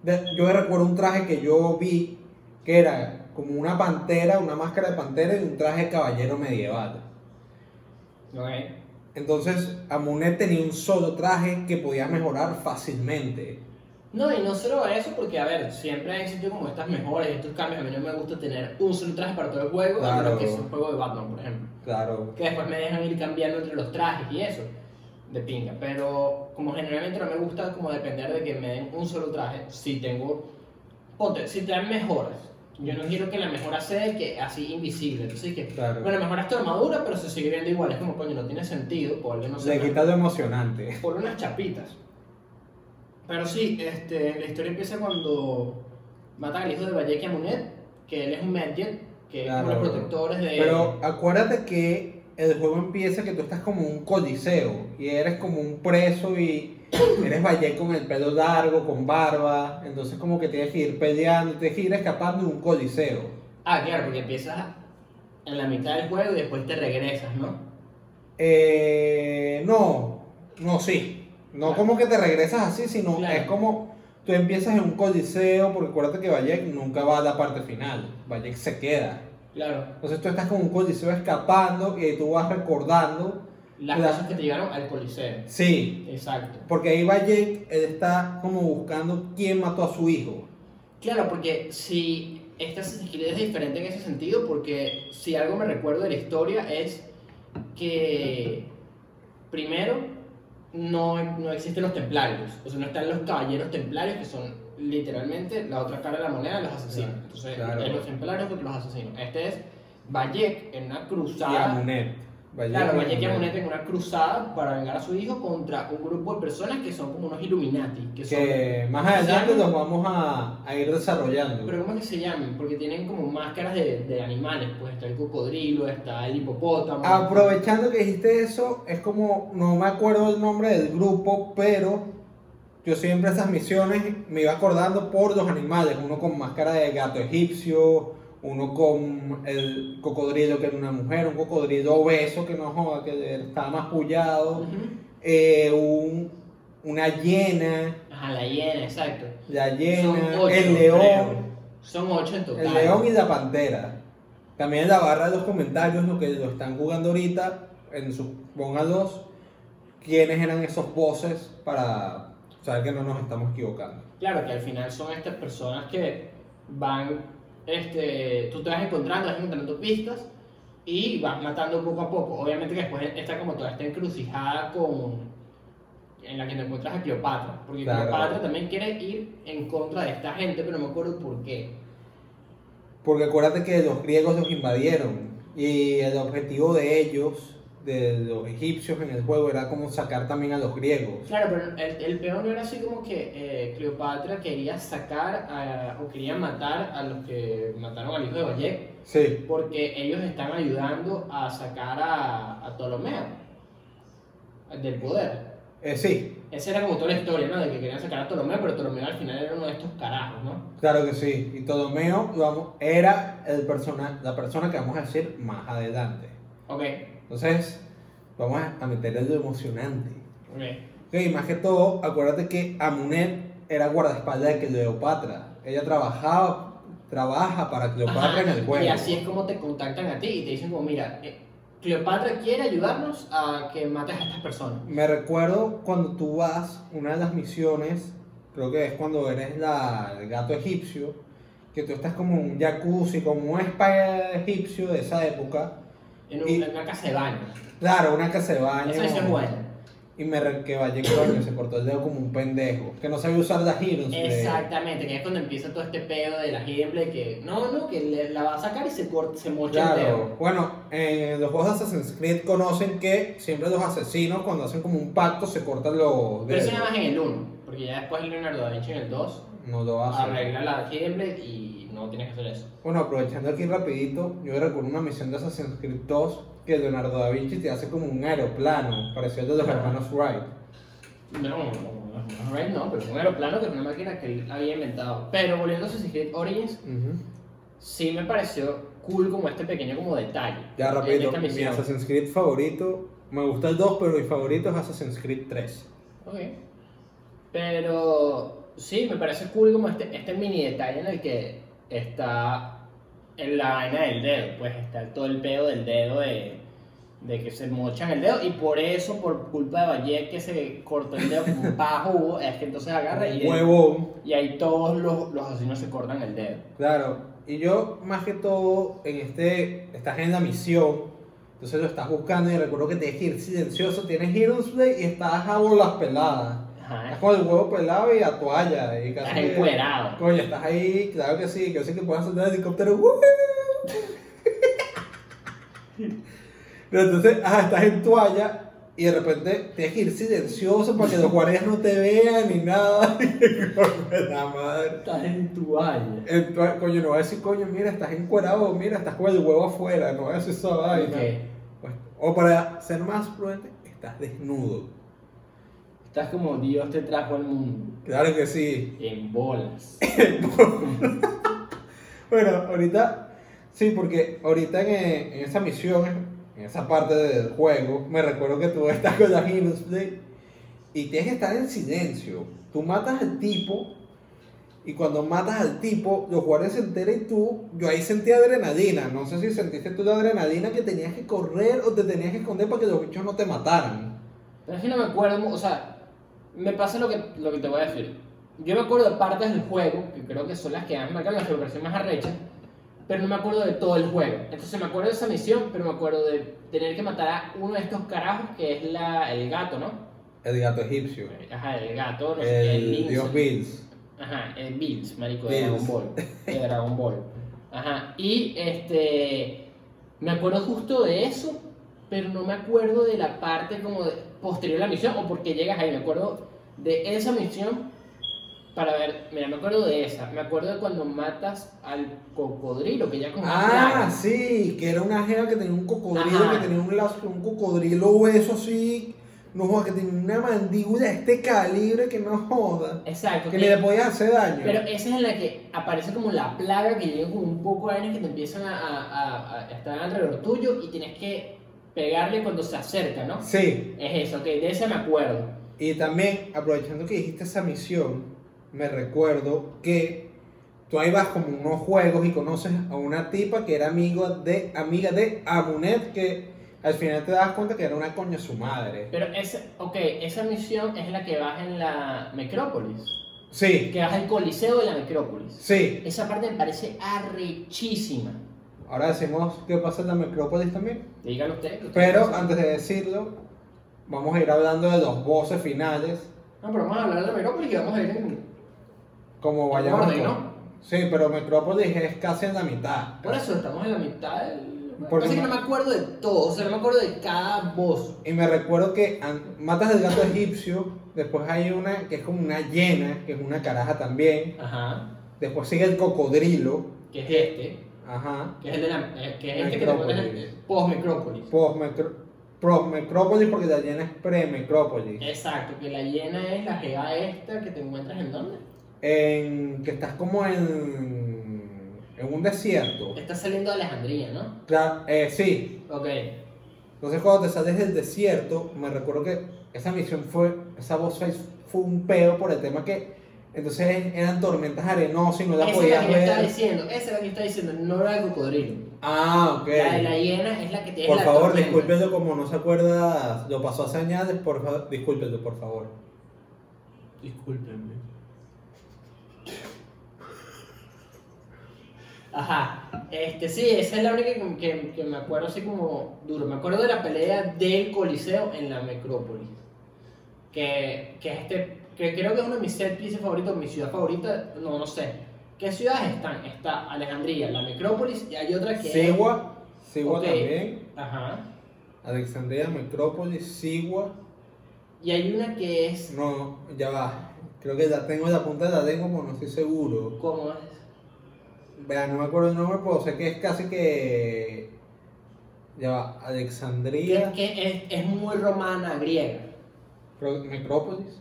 A: De- yo recuerdo un traje que yo vi que era como una pantera, una máscara de pantera y un traje de caballero medieval.
B: ¿ok?
A: Entonces, Amunet tenía un solo traje que podía mejorar fácilmente.
B: No, y no solo eso, porque a ver, siempre han existido como estas mejoras y estos cambios. A mí no me gusta tener un solo traje para todo el juego, a menos
A: Claro.
B: que es un juego de Batman, por ejemplo.
A: Claro.
B: Que después me dejan ir cambiando entre los trajes y eso, de pinga. Pero como generalmente no me gusta como depender de que me den un solo traje, si tengo. Ponte, si te dan mejoras. Yo no quiero que la mejora sea de que así invisible. Entonces, que,
A: Claro.
B: bueno, mejoras tu armadura, pero se sigue viendo igual. Es como, coño, no tiene sentido, ponle, no sé.
A: Le
B: una-
A: quita lo emocionante.
B: por unas chapitas. Pero sí, este, la historia empieza cuando matan al hijo de Bayek y Amunet, que él es un Medjet, que es
A: Claro.
B: uno de los protectores de.
A: Pero acuérdate que el juego empieza que tú estás como un coliseo y eres como un preso y eres Valle con el pelo largo, con barba. Entonces, como que tienes que ir peleando, tienes que ir escapando de un coliseo.
B: Ah, claro, porque empiezas en la mitad del juego y después te regresas, ¿no?
A: Eh, no, no, sí. No
B: Claro.
A: como que te regresas así, sino
B: Claro.
A: es como tú empiezas en un coliseo, porque acuérdate que Bayek nunca va a la parte final, Bayek se queda.
B: Claro.
A: Entonces tú estás con un coliseo escapando y ahí tú vas recordando.
B: Las
A: Claro.
B: cosas que te llevaron al coliseo.
A: Sí,
B: Exacto.
A: porque ahí Bayek él está como buscando quién mató a su hijo.
B: Claro, porque si esta Assassin's Creed es diferente en ese sentido, porque si algo me recuerdo de la historia es que primero no, no existen los templarios, o sea, no están los caballeros templarios que son literalmente la otra cara de la moneda de los asesinos.
A: Claro,
B: Entonces,
A: claro.
B: es los templarios contra los asesinos. Este es Bayek en una
A: Y
B: cruzada.
A: Amunet. Bayek
B: Claro, Valle
A: Amunet.
B: que Amunet en una cruzada para vengar a su hijo contra un grupo de personas que son como unos Illuminati, que son
A: Que más adelante
B: Sí.
A: los vamos a, a ir desarrollando.
B: Pero ¿cómo es que se llaman? Porque tienen como máscaras de, de animales, pues está el cocodrilo, está el hipopótamo.
A: Aprovechando que dijiste eso, es como, no me acuerdo el nombre del grupo, pero yo siempre esas misiones me iba acordando por los animales, uno con máscara de gato egipcio, uno con el cocodrilo que era una mujer, un cocodrilo obeso que no joda, que estaba más pullado,
B: Ujú.
A: eh, un- una hiena,
B: Ajá, la hiena, exacto.
A: la
B: Son
A: hiena,
B: ocho,
A: el león,
B: creo. Son ocho en total.
A: el león y la pantera. También en la barra de los comentarios, lo que lo están jugando ahorita, en sus póngalos, quiénes eran esos voces para saber que no nos estamos equivocando.
B: Claro, que al final son estas personas que van este, tú te vas encontrando, vas encontrando pistas y vas matando poco a poco. Obviamente que después está como toda esta encrucijada con en la que te encuentras a Cleopatra, porque
A: Claro.
B: Cleopatra también quiere ir en contra de esta gente, pero no me acuerdo por qué.
A: Porque acuérdate que los griegos los invadieron y el objetivo de ellos, de los egipcios en el juego, era como sacar también a los griegos.
B: Claro, pero el, el peor no era así como que eh, Cleopatra quería sacar a- o quería matar a los que mataron al hijo de Bayek,
A: Sí,
B: porque ellos están ayudando a sacar a, a Ptolomeo del poder.
A: eh, sí,
B: Esa era como toda la historia, ¿no? De que querían sacar a Ptolomeo, pero Ptolomeo al final era uno de estos carajos, ¿no?
A: claro que sí. Y Ptolomeo lo vamos- era el persona, la persona que vamos a decir más adelante.
B: Ok,
A: Entonces, vamos a a meterle lo emocionante.
B: ok.
A: Ok, más que todo, acuérdate que Amunet era guardaespaldas de Cleopatra. Ella trabajaba, trabaja para Cleopatra
B: Ajá,
A: en el juego.
B: Y así es como te contactan a ti y te dicen como, mira, eh, Cleopatra quiere ayudarnos a que mates a estas personas.
A: Me recuerdo cuando tú vas, una de las misiones, creo que es cuando eres la, el gato egipcio, que tú estás como en un jacuzzi, como un spa egipcio de esa época.
B: En, un-
A: Y-
B: en una casa de baño.
A: Claro, una casa de baño.
B: Eso, eso es bueno.
A: Y me re, que Valle coño, se cortó el dedo como un pendejo. Que no sabía usar las heroes.
B: Exactamente, que es cuando empieza todo este pedo de la gameplay que no, no, que le- la va a sacar y se corta, se mocha el dedo.
A: Claro. Bueno, en los juegos de Assassin's Creed conocen que siempre los asesinos, cuando hacen como un pacto, se cortan los
B: Pero
A: dedos.
B: eso nada más en el 1, porque ya después Leonardo da Vinci en el 2
A: No lo hacen.
B: arregla la gameplay y no tienes que hacer eso.
A: Bueno, aprovechando aquí rapidito, yo recuerdo una misión de Assassin's Creed 2 que Leonardo da Vinci te hace como un aeroplano, parecido al de los hermanos Wright.
B: No, no, Red no, pero es un aeroplano que es una máquina que él había inventado. Pero volviendo a Assassin's Creed Origins, sí me pareció cool como este pequeño como detalle.
A: Ya
B: en
A: rapidito,
B: esta
A: mi
B: misión.
A: Assassin's Creed favorito, me gusta el 2, pero mi favorito es Assassin's Creed 3.
B: Ok. Pero sí, me parece cool como este, este mini detalle en el que está en la vaina del dedo, pues está todo el pedo del dedo de, de que se mochan el dedo y por eso, por culpa de Valle que se cortó el dedo como un pajo, hubo, es que entonces agarra y,
A: Huevón,
B: y ahí todos los, los asesinos se cortan el dedo.
A: claro. Y yo, más que todo, en este, estás en la misión, entonces lo estás buscando y recuerdo que tienes que ir silencioso, tienes Heroes Play y estás a bolas peladas. Estás
B: Ajá,
A: con el huevo pelado y a toalla. Y
B: Ah. estás
A: casi que-
B: encuerado.
A: Coño, estás ahí, claro que sí, que yo sé que puedes saltar el helicóptero. ¡Woo! Pero entonces, ah, estás en toalla y de repente tienes que ir silencioso para que los guardias no te vean ni nada. Coño, la madre.
B: Estás en tu baño.
A: En toalla, coño, no voy a decir, coño, mira, estás encuerado, mira, estás con el huevo afuera, no voy a decir esa vaina. Pues, o para ser más prudente, estás desnudo.
B: Estás como Dios te trajo al mundo,
A: Claro que sí.
B: en bolas.
A: Bueno, ahorita, sí, porque ahorita en, eh, en esa misión, en esa parte del juego, me recuerdo que tú estás con la Heroes Play y tienes que estar en silencio. Tú matas al tipo y cuando matas al tipo, los guardias se enteran y tú, yo ahí sentí adrenalina. No sé si sentiste tú la adrenalina que tenías que correr o te tenías que esconder para que los bichos no te mataran.
B: Pero es que no me acuerdo, mu- o sea, me pasa lo que, lo que te voy a decir. Yo me acuerdo de partes del juego, que creo que son las que han marcado las que me parecen más arrechas, pero no me acuerdo de todo el juego. Entonces me acuerdo de esa misión, pero me acuerdo de tener que matar a uno de estos carajos que es la, el gato, ¿no?
A: El gato egipcio.
B: Ajá, el gato, no sé qué, el
A: El
B: lince.
A: dios Bills.
B: Ajá, el Bills, marico, de
A: Bills.
B: Dragon Ball. De Dragon Ball. Ajá, y este. Me acuerdo justo de eso, pero no me acuerdo de la parte como de- posterior a la misión o porque llegas ahí. Me acuerdo de esa misión para ver. Mira, me acuerdo de esa. Me acuerdo de cuando matas al cocodrilo, que ya como.
A: Ah, sí, que era una jeva que tenía un cocodrilo,
B: Ajá.
A: que tenía un, lazo- un cocodrilo hueso así, no joda, que tenía una mandíbula de este calibre que no joda,
B: Exacto.
A: que
B: que-
A: ni le podía hacer daño.
B: Pero esa es en la que aparece como la plaga que llega como un poco de vainas que te empiezan a, a- a- a estar alrededor tuyo y tienes que pegarle cuando se acerca, ¿no?
A: Sí,
B: Es eso, que de esa me acuerdo.
A: y también aprovechando que dijiste esa misión, me recuerdo que tú ahí vas como unos juegos y conoces a una tipa que era amigo de, amiga de Amunet, que al final te das cuenta que era una coño su madre.
B: Pero esa, ok, esa misión es la que vas en la necrópolis.
A: Sí,
B: que vas al Coliseo de la Necrópolis.
A: sí.
B: Esa parte me parece arrechísima.
A: Ahora decimos qué pasa en la necrópolis también.
B: Digan ustedes. que ustedes
A: Pero
B: piensan.
A: antes de decirlo, vamos a ir hablando de los voces finales.
C: No, pero vamos a hablar de Merópolis y vamos a ir en.
A: Como
C: En
A: vayamos.
C: orden,
A: con-
C: ¿no?
A: Sí, pero Metrópolis es casi en la mitad.
C: Por eso estamos en la mitad del.
A: Porque
C: Pasa que
A: no-
C: no me acuerdo de todo, o sea, no me acuerdo de cada voz.
A: Y me recuerdo que an- matas el gato egipcio, después hay una que es como una hiena, que es una caraja también.
B: Ajá.
A: Después sigue el cocodrilo,
B: Que es
A: Eh,
B: este.
A: ajá.
B: Que es el de la. eh, Que es este que te pones
A: Necrópolis.
B: en post-necrópolis.
A: Postmetro- Prosmetrópolis, porque la hiena es premetrópolis.
B: Exacto, que la hiena es la jeva esta que te encuentras en dónde?
A: En que estás como en, en un desierto.
B: Estás saliendo de Alejandría, ¿no?
A: Claro, eh, sí.
B: Ok.
A: Entonces cuando te sales del desierto, me recuerdo que esa misión fue, esa voz fue, fue un peo por el tema que entonces eran tormentas arenosas y no
B: Esa
A: la
B: es la
A: podías
B: que yo estaba
A: ver.
B: diciendo, esa es la que yo estaba diciendo, no la del cocodrilo.
A: Ah,
B: La de
A: ok.
B: la hiena es la que te es
A: Por
B: la
A: favor,
B: tormenta.
A: discúlpenlo como no se acuerda, lo pasó hace años, por fa- discúlpenlo, por favor.
C: Discúlpenme.
B: Ajá. Este, sí, esa es la única que, que- que me acuerdo así como duro. Me acuerdo de la pelea del Coliseo en la Necrópolis. Que, que este, que creo que es uno de mis set pieces favoritos, mi ciudad favorita, no, no sé. ¿Qué ciudades están? Está Alejandría, la Necrópolis y hay otra que es-
A: Sigua, Sigua
B: Ok.
A: también,
B: Ajá.
A: Alexandria, Metrópolis, Sigua,
B: Y hay una que es
A: no, ya va, creo que la tengo en la punta de la lengua, pero no estoy seguro.
B: como
A: Vea, no me acuerdo el nombre, pero sé que es casi que. Ya va, Alexandría,
B: que, que es, es muy romana griega.
A: Pro- Necrópolis.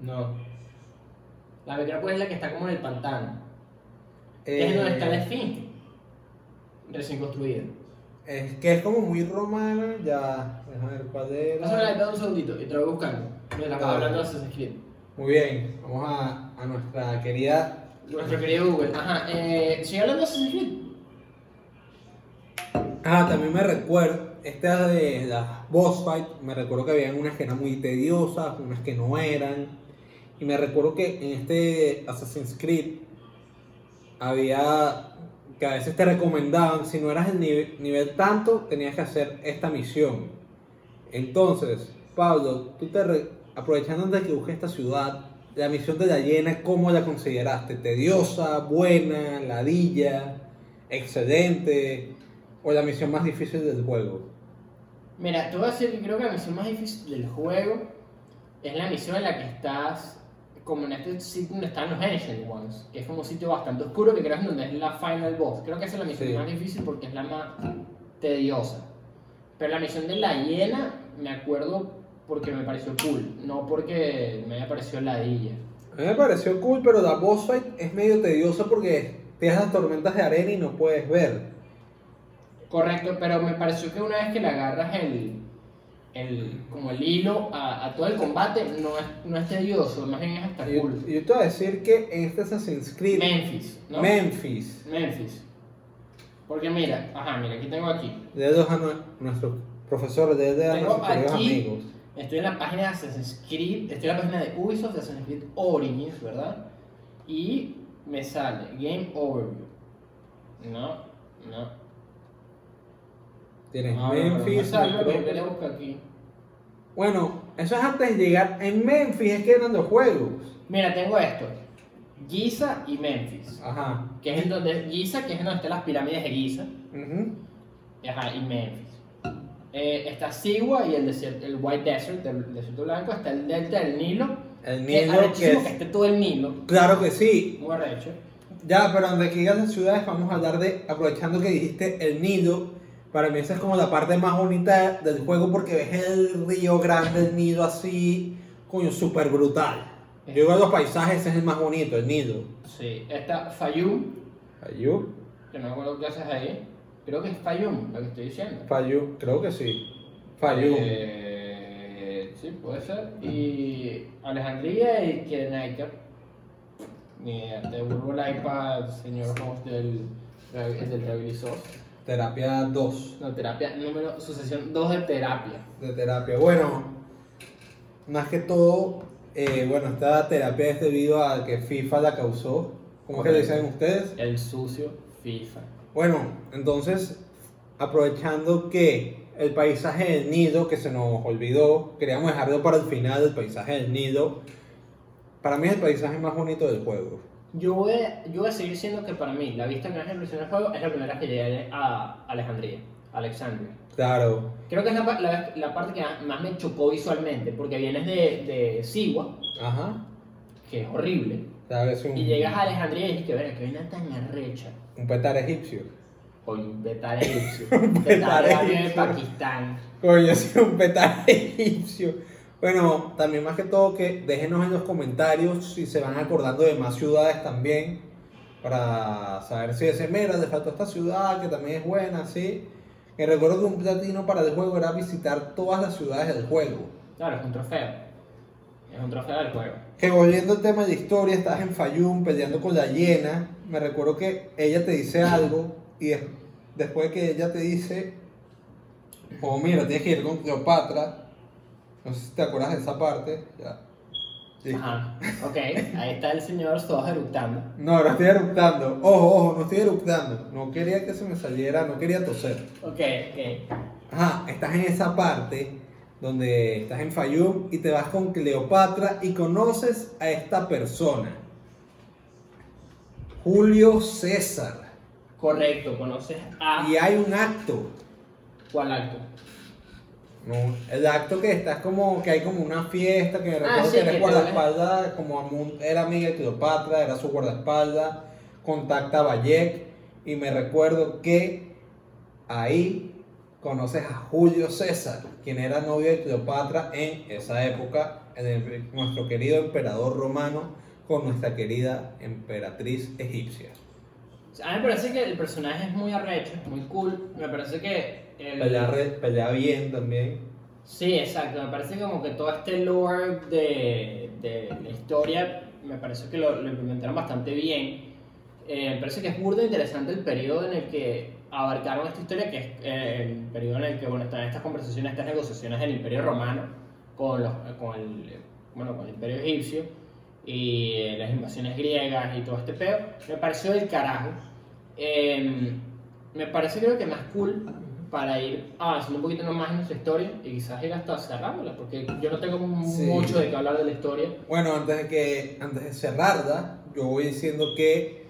B: No. La Necrópolis es la que está como en el pantano.
A: Eh.
B: que es donde está la esfinge. Recién construida.
A: es que es como muy romana, ya. Déjame ver cuál
B: Vamos a
A: era.
B: hablar un segundito y te lo voy buscando. Mira,
A: Dale.
B: acabo hablando de Assassin's Creed.
A: Muy bien, vamos a, a nuestra querida.
B: Nuestro querido Google. Ajá, eh, ¿sigue hablando de Assassin's Creed?
A: Ah, también me recuerdo, esta de las boss fight, me recuerdo que habían unas que eran muy tediosas, unas que no eran. Y me recuerdo que en este Assassin's Creed había que a veces te recomendaban, si no eras el nivel, nivel tanto, tenías que hacer esta misión. Entonces, Pablo, tú te re- aprovechando de que busques esta ciudad, la misión de la llena, ¿cómo la consideraste? ¿Tediosa, buena, ladilla, excelente? ¿O la misión más difícil del juego?
B: Mira, te voy a decir que creo que la misión más difícil del juego es la misión en la que estás, como en este sitio donde están los Ancient Ones, que es como un sitio bastante oscuro que creo es donde es la final boss. Creo que esa es la misión
A: Sí.
B: más difícil porque es la más tediosa. Pero la misión de la hiena me acuerdo porque me pareció cool, no porque me haya parecido ladilla.
A: A mí me pareció cool, pero la boss fight es medio tediosa porque tienes las tormentas de arena y no puedes ver.
B: Correcto, pero me pareció que una vez que le agarras el, el como el hilo a, a todo el combate, no es, no es tedioso, más bien es hasta
A: Y Yo,
B: cool.
A: yo te voy a decir que en este Assassin's Creed,
B: Memphis, ¿no?
A: Memphis,
B: Memphis. Porque mira, ajá, mira, aquí tengo aquí.
A: dedos a nue- nuestros profesores, dedos a
B: Tengo
A: nuestros queridos
B: aquí-
A: amigos.
B: Estoy en la página de Assassin's Creed, estoy en la página de Ubisoft de Assassin's Creed Origins, ¿verdad? Y me sale Game Overview. No, no.
A: Tienes
B: Ah, bueno, me
A: Memphis,
B: sale, pero
A: Metrópolis.
B: yo le busco aquí.
A: Bueno, eso es antes de llegar. En Memphis es que eran los juegos.
B: Mira, tengo esto. Giza y Memphis.
A: Ajá.
B: Que es en donde Giza, que es en donde están las pirámides de Giza.
A: Ujú.
B: Ajá, y Memphis. Eh, está Sigua y el, desierto, el White Desert, el desierto blanco. Está el Delta del Nilo.
A: El
B: Que
A: Nilo que
B: arrechísimo
A: es-
B: que esté todo el Nilo.
A: Claro que sí.
B: Muy arrecho.
A: Ya, pero donde que digas las ciudades, vamos a hablar de. Aprovechando que dijiste el Nilo. Para mí esa es como la parte más bonita del juego porque ves el río grande, el Nilo así, coño, súper brutal. Yo digo los paisajes, ese es el más bonito, el Nilo.
B: Sí, está Fayum,
A: ¿Fayú?
B: que no me acuerdo qué haces ahí. Creo que es Fayum, lo que estoy diciendo.
A: Fayú, creo que sí. Fayú.
B: Eh, sí, puede ser. Y Alejandría y Kirenaika. Mira, te vuelvo el iPad, señor host del, el del Revisor.
A: Terapia 2.
B: No, terapia número, sucesión 2 de terapia.
A: de terapia. Bueno, más que todo, eh, bueno, esta terapia es debido a que FIFA la causó. ¿Cómo es que le dicen ustedes?
B: El sucio FIFA.
A: Bueno, entonces, aprovechando que el paisaje del nido, que se nos olvidó, queríamos dejarlo para el final, el paisaje del nido, para mí es el paisaje más bonito del juego.
B: Yo voy, a, yo voy a seguir diciendo que para mí la vista que más revolucionó el juego es la primera vez que llegué a Alejandría, Alexandria.
A: Claro,
B: Creo que es la, pa- la- la parte que más me chocó visualmente, porque vienes de, de Sigua,
A: ajá.
B: que es horrible,
A: Tal vez un,
B: y llegas a Alejandría y dices que verga, que vaina tan arrecha.
A: un petar egipcio.
B: Coño, petar egipcio, petar de
A: egipcio.
B: Pakistán.
A: Coño, sí, un petar egipcio. Bueno, también más que todo que déjenos en los comentarios si se van acordando de más ciudades también. Para saber si ese mera le faltó esta ciudad, que también es buena, sí. Y recuerdo que un platino para el juego era visitar todas las ciudades del juego.
B: Claro, es un trofeo. Es un trofeo del juego.
A: Que volviendo al tema de historia, estás en Fayum peleando con la hiena. Me recuerdo que ella te dice algo y des- después que ella te dice, oh mira, tienes que ir con Cleopatra. No sé si te acuerdas de esa parte. Ya. Sí.
B: Ajá, ok, ahí está el señor Soja eructando.
A: No, no estoy eructando. Ojo, ojo, no estoy eructando. No quería que se me saliera, no quería toser.
B: Ok, ok.
A: Ajá, estás en esa parte donde estás en Fayum y te vas con Cleopatra y conoces a esta persona. Julio César.
B: Correcto, conoces a...
A: Y hay un acto.
B: ¿Cuál acto?
A: ¿no? El acto que estás como, que hay como una fiesta, que recuerdo
B: Ah, sí,
A: que
B: que
A: eres
B: te
A: guardaespaldas, como Amun era amiga de Cleopatra, era su guardaespaldas, contacta a Bayek y me recuerdo que ahí conoces a Julio César, quien era novio de Cleopatra en esa época, en el- nuestro querido emperador romano con nuestra querida emperatriz egipcia.
B: A mí me parece que el personaje es muy arrecho, muy cool. Me parece que. El...
A: Pelea, re- pelea bien también.
B: Sí, exacto. Me parece como que todo este lore de, de la historia me parece que lo, lo implementaron bastante bien. Eh, me parece que es burdo interesante el periodo en el que abarcaron esta historia, que es eh, el periodo en el que bueno, están estas conversaciones, estas negociaciones del Imperio Romano con, los, con, el, bueno, con el Imperio Egipcio y eh, las invasiones griegas y todo este pedo. Me pareció del carajo. Em, me parece creo que más cool para ir avanzando un poquito más en nuestra historia y quizás ir hasta cerrándola, porque yo no tengo
A: Sí.
B: mucho de qué hablar de la historia.
A: Bueno, antes de que antes de cerrarla, yo voy diciendo que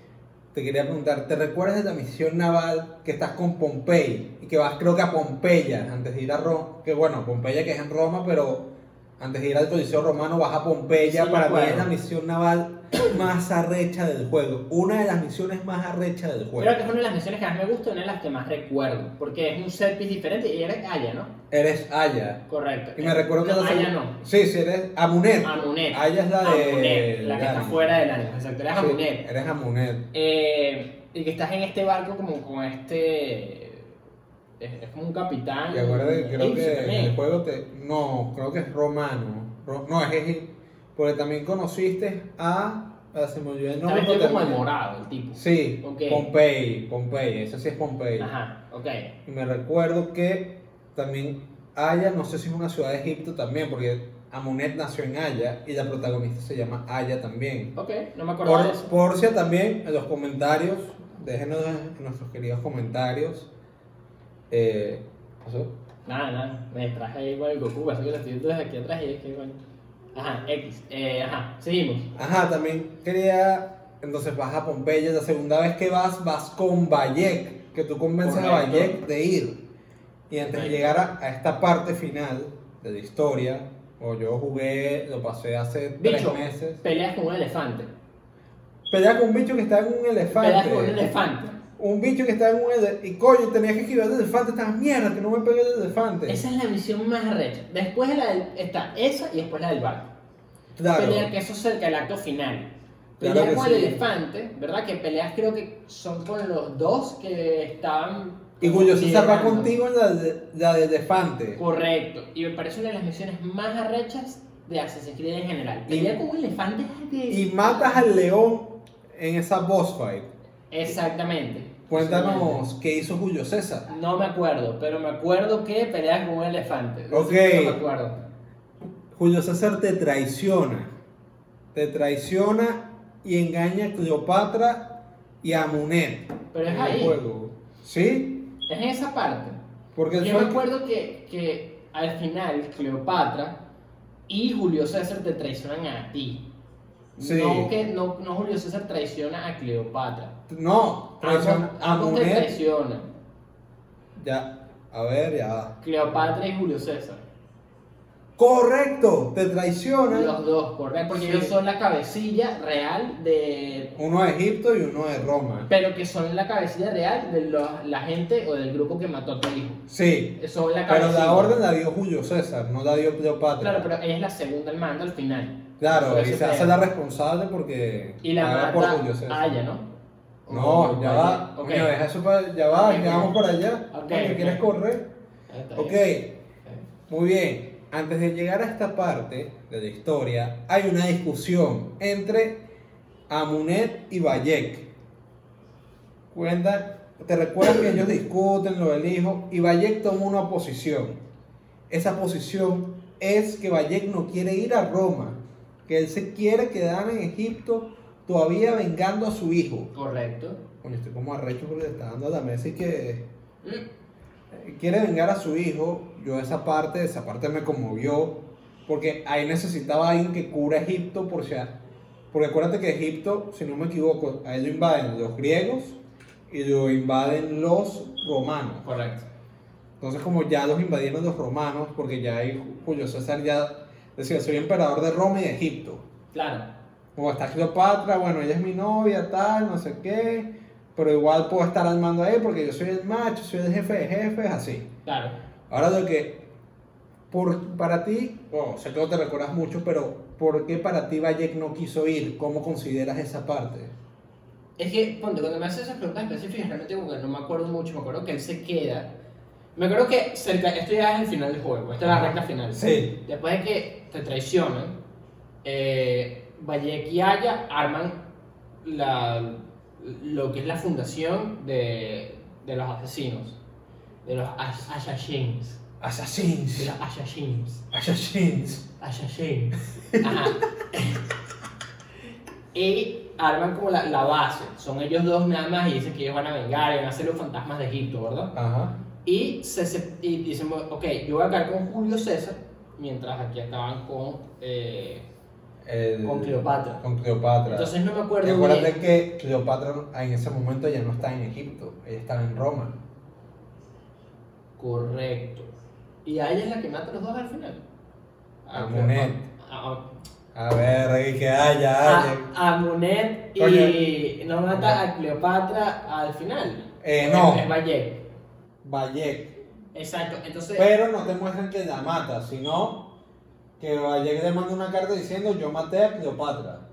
A: te quería preguntar, ¿te recuerdas de la misión naval que estás con Pompey y que vas creo que a Pompeya antes de ir a Roma? Que bueno, Pompeya que es en Roma, pero antes de ir al Coliseo Romano vas a Pompeya.
B: Sí, me
A: Para mí
B: acuerdo.
A: es la misión naval más arrecha del juego, una de las misiones más arrecha del juego.
B: Creo que es una de las misiones que más me gusta y una de las que más recuerdo, porque es un set piece diferente y era Aya, ¿no?
A: Eres Aya.
B: Correcto.
A: Y me recuerdo que
B: no,
A: la
B: Aya
A: seg-
B: no.
A: Sí, sí, eres Amunet.
B: Amunet.
A: Aya es la de
B: Ah, Amunet, la que está
A: Gandhi.
B: fuera del anime. Exacto, era
A: Sí,
B: Amunet.
A: eres Amunet.
B: Eh, y que estás en este barco como con este... Es, es como un capitán.
A: Y acuérdate, creo
B: egipcio
A: que
B: también.
A: en el juego te. No, creo que es romano. Ro- No, es egipcio. Porque también conociste a. a se me olvidó el nombre.
B: También tiene
A: pero
B: como el
A: también-
B: morado, el tipo.
A: Sí,
B: Ok.
A: Pompey, Pompey, eso sí es Pompey.
B: Ajá, ok.
A: Y me recuerdo que también Haya, no sé si es una ciudad de Egipto también, porque Amunet nació en Haya y la protagonista se llama Haya también.
B: Ok, no me acordaba de
A: Por,
B: eso.
A: Porcia también, en los comentarios, déjenos en nuestros queridos comentarios. Eh, ¿Pasó?
B: Nada, nada, me distraje ahí con el Goku, así que lo estoy viendo desde aquí atrás y es que bueno. Ajá, X. Eh, ajá, seguimos.
A: Ajá, también quería. Entonces vas a Pompeya, la segunda vez que vas, vas con Bayek, que tú convences a
B: Correcto.
A: Bayek de ir. Y antes de
B: Correcto.
A: llegar a, a esta parte final de la historia, o yo jugué, lo pasé hace
B: Bicho,
A: tres meses.
B: peleas con un elefante.
A: Pelea con un bicho que está en un
B: Peleas
A: elefante.
B: con un elefante.
A: Un bicho que está en un elefante. Y coño, tenías que esquivar el elefante, estas mierdas, que no me pegué el elefante.
B: Esa es la misión más recha. Después de la del- está esa y después la del barco.
A: Claro.
B: Pelea, que eso es cerca del acto final. Pelea
A: Claro que
B: con el
A: sí.
B: elefante, ¿verdad? Que peleas creo que son con los dos que estaban.
A: Y Julio César va
B: liderando.
A: contigo en la, de- la del elefante.
B: Correcto. Y me parece una de las misiones más arrechas de Assassin's Creed en general. Pelear con un elefante es de...
A: Y matas al león en esa boss fight.
B: Exactamente.
A: Cuéntanos qué hizo Julio César.
B: No me acuerdo, pero me acuerdo que peleas con un elefante.
A: Ok.
B: No me acuerdo.
A: Julio César te traiciona te traiciona y engaña a Cleopatra y a Munet.
B: Pero
A: en
B: es
A: el
B: ahí,
A: juego. ¿Sí?
B: es en esa parte.
A: Porque
B: Yo
A: fue-
B: me acuerdo que, que al final Cleopatra y Julio César te traicionan a ti.
A: Sí.
B: No, que, no, no Julio César traiciona a Cleopatra.
A: No, traiciona
B: Ambos-
A: a
B: ambos Ah, te
A: Munet.
B: traicionan.
A: Ya, a ver, ya va.
B: Cleopatra y Julio César.
A: Correcto, te traiciona
B: Los dos, correcto. Porque
A: Sí.
B: ellos son la cabecilla real de.
A: uno de Egipto y uno de Roma.
B: Pero que son la cabecilla real de los- la gente o del grupo que mató a tu hijo.
A: Sí,
B: Son la
A: pero
B: cabecilla.
A: la orden la dio Julio César, no la dio Cleopatra.
B: Claro, pero ella es la segunda al mando al final.
A: Claro,
B: Por
A: y
B: eso
A: se
B: te-
A: hace la responsable porque.
B: Y la
A: paga
B: mata
A: Ah, por Julio César.
B: a ella, ¿no?
A: No,
B: O-
A: ya
B: o-
A: va.
B: ok.
A: Coño, deja eso para. Ya va,
B: Ok,
A: ya
B: ok.
A: vamos para allá.
B: Ok,
A: Coño,
B: ok.
A: ¿Quieres correr?
B: Ahí está,
A: Ok,
B: ahí está.
A: muy bien. Antes de llegar a esta parte de la historia, hay una discusión entre Amunet y Bayek. Cuenta, te recuerdas que ellos discuten lo del hijo y Bayek toma una posición. Esa posición es que Bayek no quiere ir a Roma, que él se quiere quedar en Egipto todavía vengando a su hijo.
B: Correcto.
A: Coño, estoy como arrecho porque le está dando a la mesa y que
B: Mm,
A: eh, quiere vengar a su hijo, yo esa parte, esa parte me conmovió, porque ahí necesitaba alguien que cubra Egipto, por si a- porque acuérdate que Egipto, si no me equivoco, a él lo invaden los griegos y lo invaden los romanos.
B: Correcto.
A: Entonces como ya los invadieron los romanos, porque ya ahí Julio César ya decía, soy emperador de Roma y de Egipto.
B: Claro.
A: Como está Cleopatra, bueno, ella es mi novia, tal, no sé qué, pero igual puedo estar al mando ahí porque yo soy el macho, soy el jefe de jefes, así.
B: Claro.
A: Ahora lo que por, para ti, bueno, sé que no te recuerdas mucho, pero ¿por qué para ti Bayek no quiso ir? ¿Cómo consideras esa parte?
C: Es que, ponte, cuando me haces esas preguntas específicas, realmente como que no me acuerdo mucho, me acuerdo que él se queda.
B: Me acuerdo que cerca, esto ya es el final del juego, esta es la recta final.
A: Sí.
B: Después de que te traicionan, eh, Bayek y Aya arman la, lo que es la fundación de, de los asesinos, de los as- assassins, de
A: Assassins.
B: los assassins.
A: Assassins.
B: Assassin. Ajá. y arman como la, la base. Son ellos dos nada más y dicen que ellos van a vengar y van a ser los fantasmas de Egipto, ¿verdad?
A: Ajá.
B: Y, se, se- y dicen, bueno, ok, yo voy a quedar con Julio César mientras aquí acaban con, eh,
A: El-
B: con Cleopatra.
A: Con Cleopatra.
B: Entonces no me
A: Y
B: acuerdo
A: acuérdate
B: bien.
A: que Cleopatra en ese momento ya no está en Egipto, ella estaba en Roma.
B: Correcto. Y a ella es la que mata a los dos al final.
A: A Monet.
B: A,
A: A ver, que haya,
B: a- a Monet y
A: Ah, Oye.
B: no mata a Cleopatra al final.
A: Eh, no,
B: Es, es Bayek.
A: Bayek.
B: Exacto, entonces.
A: Pero no te muestran que la mata, sino que Bayek le manda una carta diciendo yo maté a Cleopatra.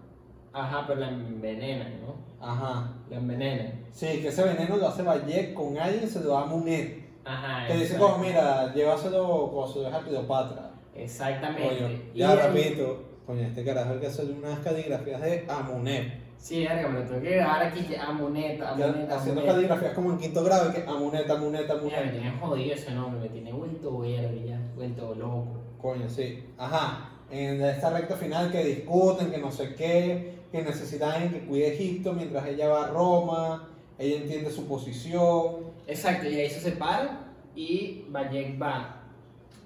B: Ajá, pero la envenenan, ¿no?
A: Ajá.
B: La envenenan.
A: Sí, que ese veneno lo hace Bayek con alguien y se lo da a Munet.
B: Ajá.
A: Que dice
B: exacto.
A: como, mira, llévaselo como se lo deja a Cleopatra.
B: Exactamente.
A: Coño,
B: Y
A: ya
B: ahí-
A: repito, coño, este carajo hay que hacer unas caligrafías de Amunet.
B: Sí, verga, me lo tengo que grabar aquí. que Amunet,
A: Ya
B: Amunet,
A: haciendo
B: Amunet.
A: caligrafías como en quinto grado, que Amunet, Amunet,
B: Mira, me
A: Amunet.
B: tiene jodido ese nombre, me tiene vuelto verde ya, vuelto loco.
A: Coño, sí. Ajá. En esta recta final que discuten, que no sé qué, que necesitan alguien que cuide Egipto mientras ella va a Roma, ella entiende su posición.
B: Exacto, y ahí se separan y Bayek va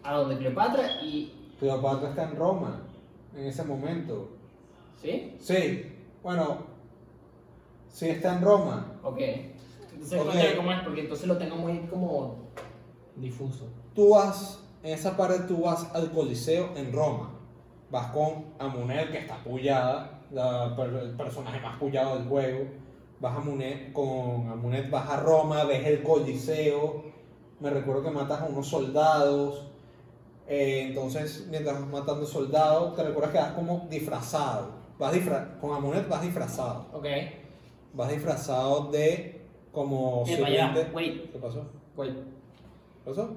B: a donde Cleopatra y.
A: Cleopatra está en Roma en ese momento.
B: ¿Sí?
A: Sí, bueno, sí está en Roma.
B: Ok. Entonces,
A: Ok.
B: cuéntame cómo es, porque entonces lo tengo muy como difuso.
A: Tú vas, en esa parte tú vas al Coliseo en Roma. Vas con Amunet, que está pullada, la per- el personaje más pullado del juego. Vas a Amunet, con Amunet vas a Roma, ves el Coliseo. Me recuerdo que matas a unos soldados. Eh, entonces, mientras vas matando soldados, te recuerdas que vas como disfrazado. Vas disfra- con Amunet vas disfrazado.
B: Ok.
A: Vas disfrazado de como
B: Eh, vaya,
A: sirviente-
B: wait,
A: ¿Qué pasó?
B: wait.
A: ¿Qué pasó?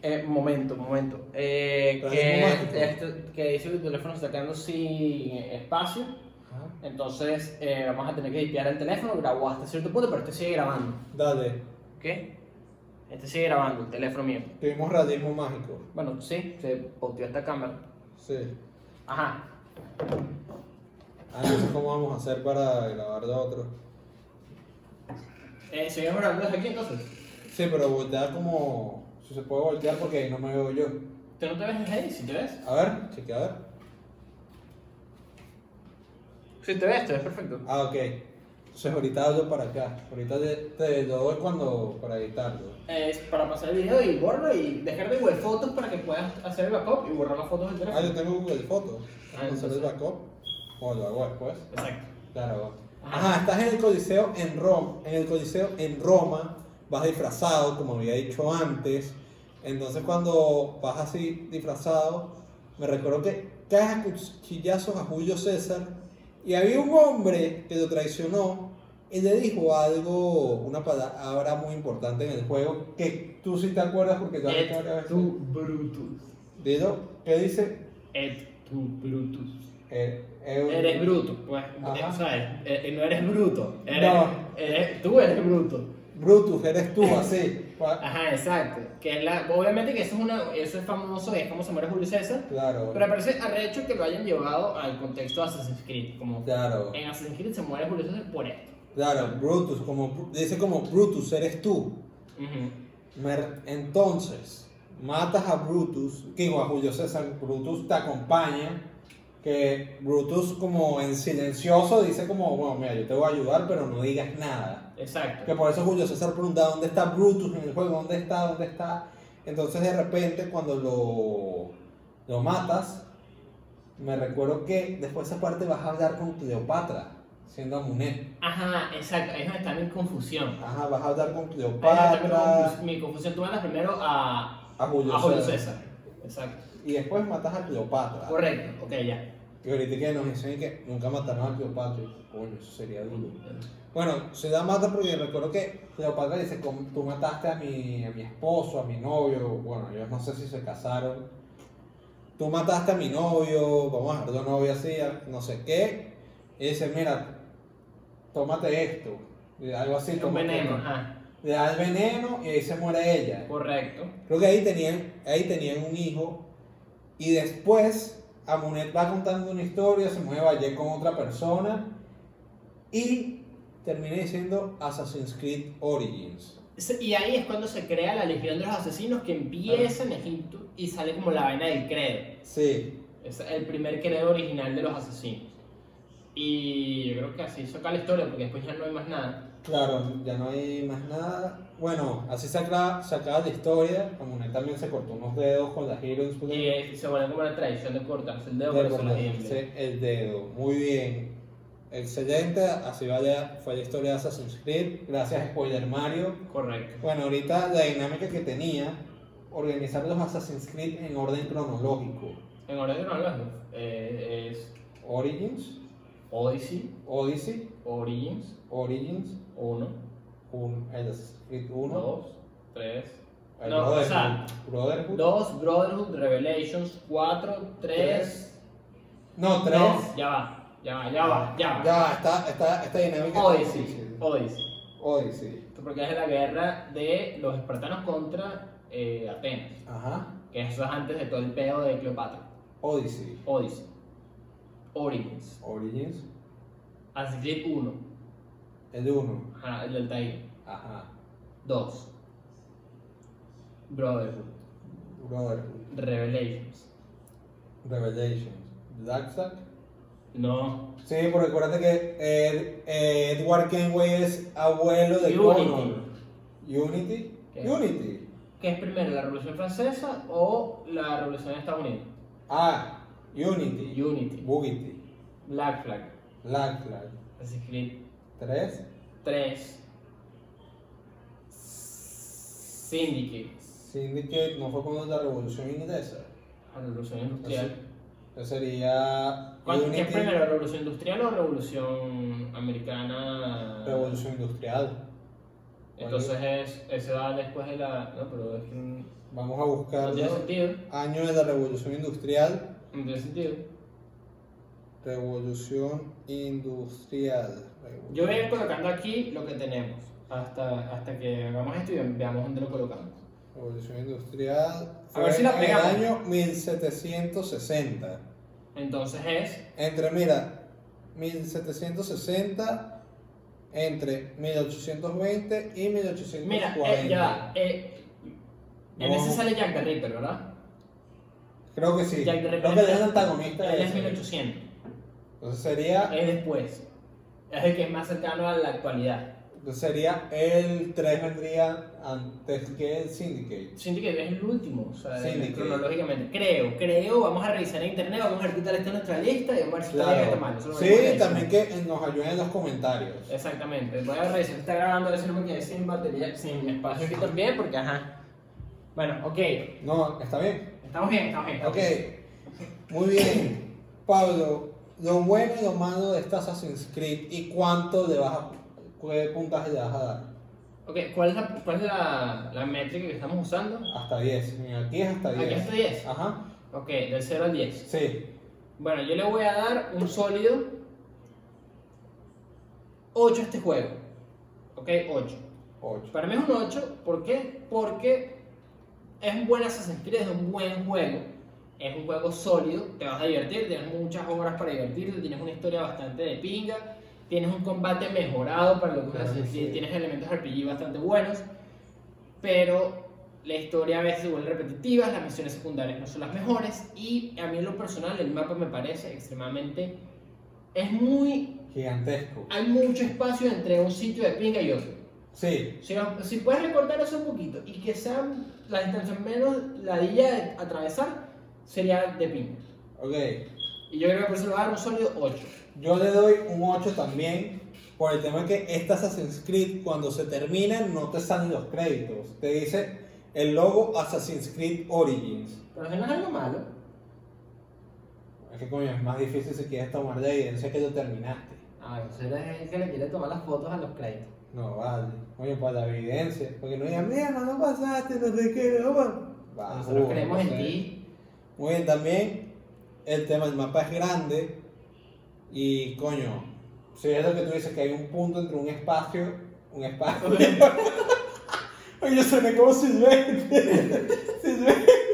B: Eh, momento, momento. Eh,
A: Pero
B: que,
A: es un momento.
B: este- que dice que el teléfono está quedando sin espacio. Entonces eh, vamos a tener que limpiar el teléfono. Grabó hasta cierto punto, pero este sigue grabando.
A: Dale,
B: ¿Qué? Este sigue grabando, el teléfono mío.
A: tuvimos realismo mágico.
B: Bueno, sí, se volteó esta cámara.
A: Sí.
B: Ajá.
A: Ah, no sé cómo vamos a hacer para grabar de otro.
B: Eh, ¿Seguimos grabando desde aquí entonces?
A: Sí, pero voltear como. Si se puede voltear porque ahí no me veo yo.
B: ¿Tú no te ves desde ahí? ¿Si te ves?
A: A ver, chequea, a ver.
B: Si te ves, te ves perfecto.
A: Ah, ok. Entonces ahorita hablo para acá. Ahorita te, te lo doy cuando. para editarlo.
B: Es para pasar el video y borro y dejar de Google Fotos para que puedas hacer el backup y borrar las fotos del
A: Ah,
B: teléfono.
A: yo tengo Google Fotos.
B: Ah,
A: Vamos a hacer el
B: entonces-
A: backup. O lo hago después.
B: Exacto.
A: Claro.
B: Ah.
A: Ajá, estás en el Coliseo en Roma, en el Coliseo en Roma, vas disfrazado, como había dicho antes. Entonces cuando vas así disfrazado, me recuerdo que caes a cuchillazos a Julio César y había un hombre que lo traicionó y le dijo algo, una palabra muy importante en el juego que tú sí te acuerdas porque ya
B: Et
A: varias veces.
B: tu Brutus.
A: Dilo, ¿qué dice?
B: Et tu Brutus.
A: Eh, eh,
B: Eres bruto, pues.
A: Ajá.
B: eh, ¿Sabes? Eh, eh, no eres bruto. Eres,
A: No.
B: eres- tú eres bruto.
A: Brutus, eres tú, así.
B: Ajá, exacto. Que es la, obviamente que eso es, una, eso es famoso, es como se muere Julio César.
A: Claro.
B: Pero me parece arrecho que lo hayan llevado al contexto de Assassin's Creed. Como
A: Claro,
B: en Assassin's Creed se muere Julio César por esto.
A: claro, Brutus, como dice como Brutus eres tú.
B: Ujú.
A: Mer- Entonces, matas a Brutus, que digo, a Julio César, Brutus te acompaña, que Brutus como en silencioso dice como, bueno, mira, yo te voy a ayudar, pero no digas nada. Que
B: Exacto.
A: por eso Julio César pregunta, ¿dónde está Brutus en el juego? ¿Dónde está? ¿Dónde está? Entonces de repente cuando lo, lo matas, me recuerdo que después de esa parte vas a hablar con Cleopatra, siendo Amunet.
B: Ajá, exacto. Ahí es donde está mi confusión.
A: Ajá, vas a hablar con
B: Ahí es donde está mi
A: Cleopatra,
B: confus- mi confusión. Tú mandas primero a,
A: a Julio,
B: a Julio
A: César.
B: César. Exacto.
A: Y después matas a Cleopatra.
B: Correcto. Ok, ya.
A: Y ahorita que nos dicen que nunca mataron a Cleopatra. Coño, eso sería duro. Bueno, se da mata porque recuerdo que Cleopatra dice, "Como tú mataste a mi, a mi esposo, a mi novio. Bueno, ellos no sé si se casaron. Tú mataste a mi novio, vamos a dejar de novio así, a- no sé qué. Y dice, mira, tómate esto. Y algo así.
B: Un
A: tómate
B: veneno.
A: esto.
B: Ajá.
A: Le da el veneno y ahí se muere ella.
B: Correcto.
A: Creo que ahí tenían, ahí tenían un hijo. Y después Amunet va contando una historia, se mueve Valle con otra persona. Y termina diciendo Assassin's Creed Origins.
B: Se- Y ahí es cuando se crea la Legión de los Asesinos que empieza en Egipto y sale como la vaina del credo.
A: Sí,
B: Es el primer credo original de los asesinos. Y yo creo que así se acaba la historia porque después ya no hay más nada.
A: claro, ya no hay más nada. Bueno, así se acaba, se acaba la historia. Amunet también se cortó unos dedos con la Hero en su
B: Y eh, se vuelve como la tradición de cortarse el dedo
A: De
B: por eso
A: acuerdo,
B: los dientes.
A: sí, el dedo, muy bien. Excelente, así vaya, fue la historia de Assassin's Creed. Gracias, Spoiler Mario.
B: Correcto.
A: Bueno, ahorita la dinámica que tenía, organizar los Assassin's Creed en orden cronológico.
B: En orden cronológico eh, es
A: Origins,
B: Odyssey,
A: Odyssey,
B: Origins,
A: Origins,
B: 1,
A: un, el Assassin's Creed 1,
B: 2, 3,
A: el
B: no, o
A: Brotherhood,
B: sea,
A: Brotherhood.
B: 2, Brotherhood, Revelations, 4, 3,
A: no, 3.
B: no, ya va, ya va, ya va, ya va.
A: Ya, va, está, está, esta dinámica. está
B: Odyssey,
A: difícil.
B: Odyssey.
A: Odyssey,
B: Porque es de la guerra de los espartanos contra eh, Atenas,
A: ajá,
B: que eso es antes de todo el pedo de Cleopatra.
A: Odyssey,
B: Odyssey, Origins,
A: Origins,
B: Assassin's Creed 1,
A: el 1,
B: ajá, el del Taíno,
A: ajá,
B: 2, Brotherhood,
A: Brotherhood,
B: Revelations,
A: Revelations, Dark Sack.
B: no,
A: Sí, porque acuérdate que eh, eh, Edward Kenway es abuelo de
B: Unity.
A: Connor. Unity.
B: ¿Qué?
A: Unity.
B: ¿qué es primero, la Revolución Francesa o la Revolución de Estados Unidos?
A: Ah, Unity.
B: Unity,
A: Bugity.
B: Black Flag,
A: Black Flag.
B: Assassin's Creed
A: 3.
B: 3, Syndicate,
A: Syndicate no fue con la revolución inglesa.
B: la Revolución Industrial.
A: Eso sería
B: ¿Cuál- ¿Qué es
A: Unity.
B: primero, revolución industrial o revolución americana?
A: Revolución industrial.
B: Entonces es, ese va después de la... No, pero es que no
A: Vamos a
B: no tiene
A: buscarlo.
B: sentido.
A: Año de la revolución industrial.
B: No tiene sentido.
A: Revolución industrial.
B: Yo voy a ir colocando aquí lo que tenemos. Hasta, hasta que hagamos esto y veamos dónde lo colocamos.
A: Revolución Industrial.
B: A ver si la
A: fue en
B: pegamos.
A: El año 1760.
B: Entonces es.
A: Entre, mira, 1760, entre 1820 y 1840.
B: Mira, eh, ya. va, eh, en ese
A: No.
B: sale Jack the Ripper, ¿verdad?
A: Creo que sí.
B: Jack the
A: Creo
B: Ripper.
A: que él es el antagonista
B: Él
A: de
B: es
A: ese.
B: 1800.
A: Entonces sería,
B: Es después. Es el que es más cercano a la actualidad.
A: entonces sería el 3 vendría antes que el Syndicate.
B: Siento que es el último, o sea,
A: Sí, de que-
B: cronológicamente. Creo, creo. Vamos a revisar en internet, vamos a ver qué tal está nuestra lista y vamos a ver si está bien o está mal. Eso lo Eh.
A: Sí,
B: vamos a ver.
A: también que nos ayuden en los comentarios.
B: Exactamente. Voy a revisar si está grabando, a ver si no me quedé sin batería, sin espacio aquí también, porque ajá. Bueno, ok.
A: No, está bien.
B: Estamos bien, estamos bien.
A: Ok, muy bien. Pablo, lo bueno y lo malo de esta Assassin's Creed y cuánto le vas a, qué puntaje le vas a dar.
B: Ok, ¿cuál es la, cuál es la, la métrica que estamos usando?
A: Hasta 10, mira, aquí es hasta
B: Aquí
A: 10.
B: está 10.
A: Ajá,
B: Ok, del 0 al 10.
A: sí,
B: Bueno, yo le voy a dar un sólido 8 a este juego. Ok, 8.
A: 8.
B: Para mí es un 8, ¿por qué? Porque es un buen Assassin's Creed, es un buen juego, es un juego sólido, te vas a divertir, tienes muchas horas para divertirte, tienes una historia bastante de pinga, tienes un combate mejorado para lo que es
A: Claro que
B: Assassin's Creed,
A: sí.
B: tienes elementos RPG bastante buenos, pero la historia a veces se vuelve repetitiva, las misiones secundarias no son las mejores y a mí en lo personal el mapa me parece extremadamente... es muy...
A: Gigantesco.
B: hay mucho espacio entre un sitio de pinga y otro.
A: Sí,
B: Si, nos- si puedes recortar eso un poquito y que sea la distancia menos ladilla de atravesar, sería de pin.
A: ok.
B: Y yo creo que por eso le voy a dar un sólido 8.
A: Yo le doy un 8 también por el tema que esta Assassin's Creed cuando se termina no te salen los créditos. Te dice el logo Assassin's Creed Origins.
B: Pero si no es algo malo.
A: Es que coño, es más difícil si quieres tomar la evidencia que lo terminaste.
B: Ah, usted es el que le quiere tomar las fotos a los créditos.
A: No vale. Oye, para la evidencia. Porque no digan, mira, no pasaste, no sé qué, no va". Va,
B: Nosotros
A: uh,
B: creemos
A: no
B: en
A: sé.
B: ti.
A: Muy bien, también el tema del mapa es grande. Y coño, si es lo que tú dices, que hay un punto entre un espacio, un espacio. Oye, soné como silvestre.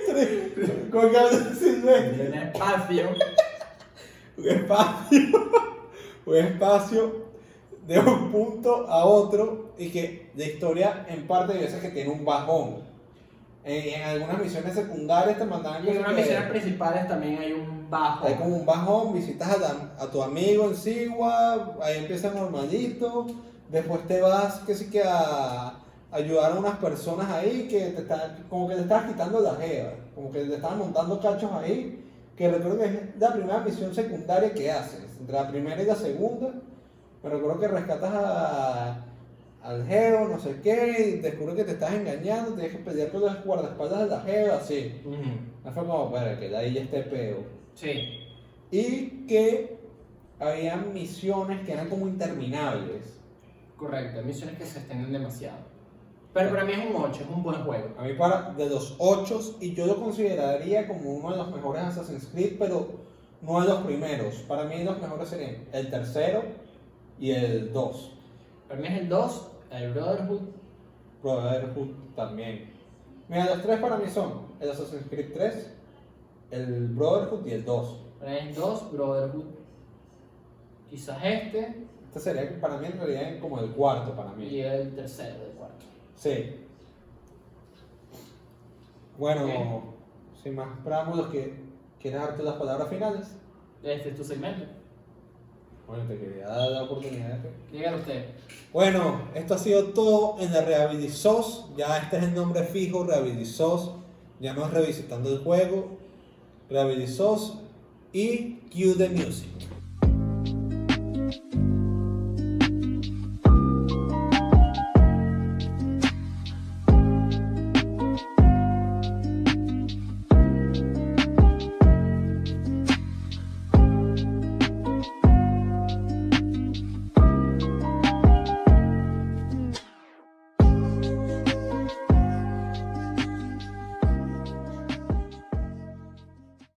A: silvestre. Con cabeza de silvestre.
B: Un espacio.
A: un espacio, un espacio de un punto a otro y que la historia en parte hay veces que tiene un bajón. En, en algunas misiones secundarias te mandan
B: Y en unas
A: que
B: misiones principales también hay un bajo.
A: hay como un bajón, visitas a, la- a tu amigo en Sigua, ahí empiezas normalito, después te vas que sí que a ayudar a unas personas ahí que te están, como que te estás quitando la jeva, como que te están montando cachos ahí, que recuerdo que es la primera misión secundaria que haces, entre la primera y la segunda, me recuerdo que rescatas a, al geo, no sé qué, y descubres que te estás engañando, tienes que pelear con las guardaespaldas de la jeva, así.
B: Ujú.
A: No fue como, para que de ahí ya esté peo
B: Sí.
A: y que había misiones que eran como interminables.
B: Correcto. Hay misiones que se extienden demasiado. Pero para mí es un 8, es un buen juego.
A: A mí para de los 8 y yo lo consideraría como uno de los mejores Assassin's Creed, pero no de los primeros. Para mí los mejores serían el tercero y el 2.
B: Para mí es el 2, el Brotherhood.
A: Brotherhood también. Mira, los tres para mí son el Assassin's Creed 3, el Brotherhood y el 2.
B: Para mí es el 2, Brotherhood. Quizás este.
A: Este sería para mí en realidad como el cuarto para mí.
B: Y el tercero del cuarto.
A: Sí. Bueno, sin más preámbulos, que quieres dar tú las palabras finales.
B: Este es tu segmento.
A: Bueno, te quería dar la oportunidad.
B: Dígalo usted.
A: Bueno, esto ha sido todo en la Rehabilizos. Ya este es el nombre fijo, Rehabilizos. Ya no es revisitando el juego. Rehabilizos y Cue the Music.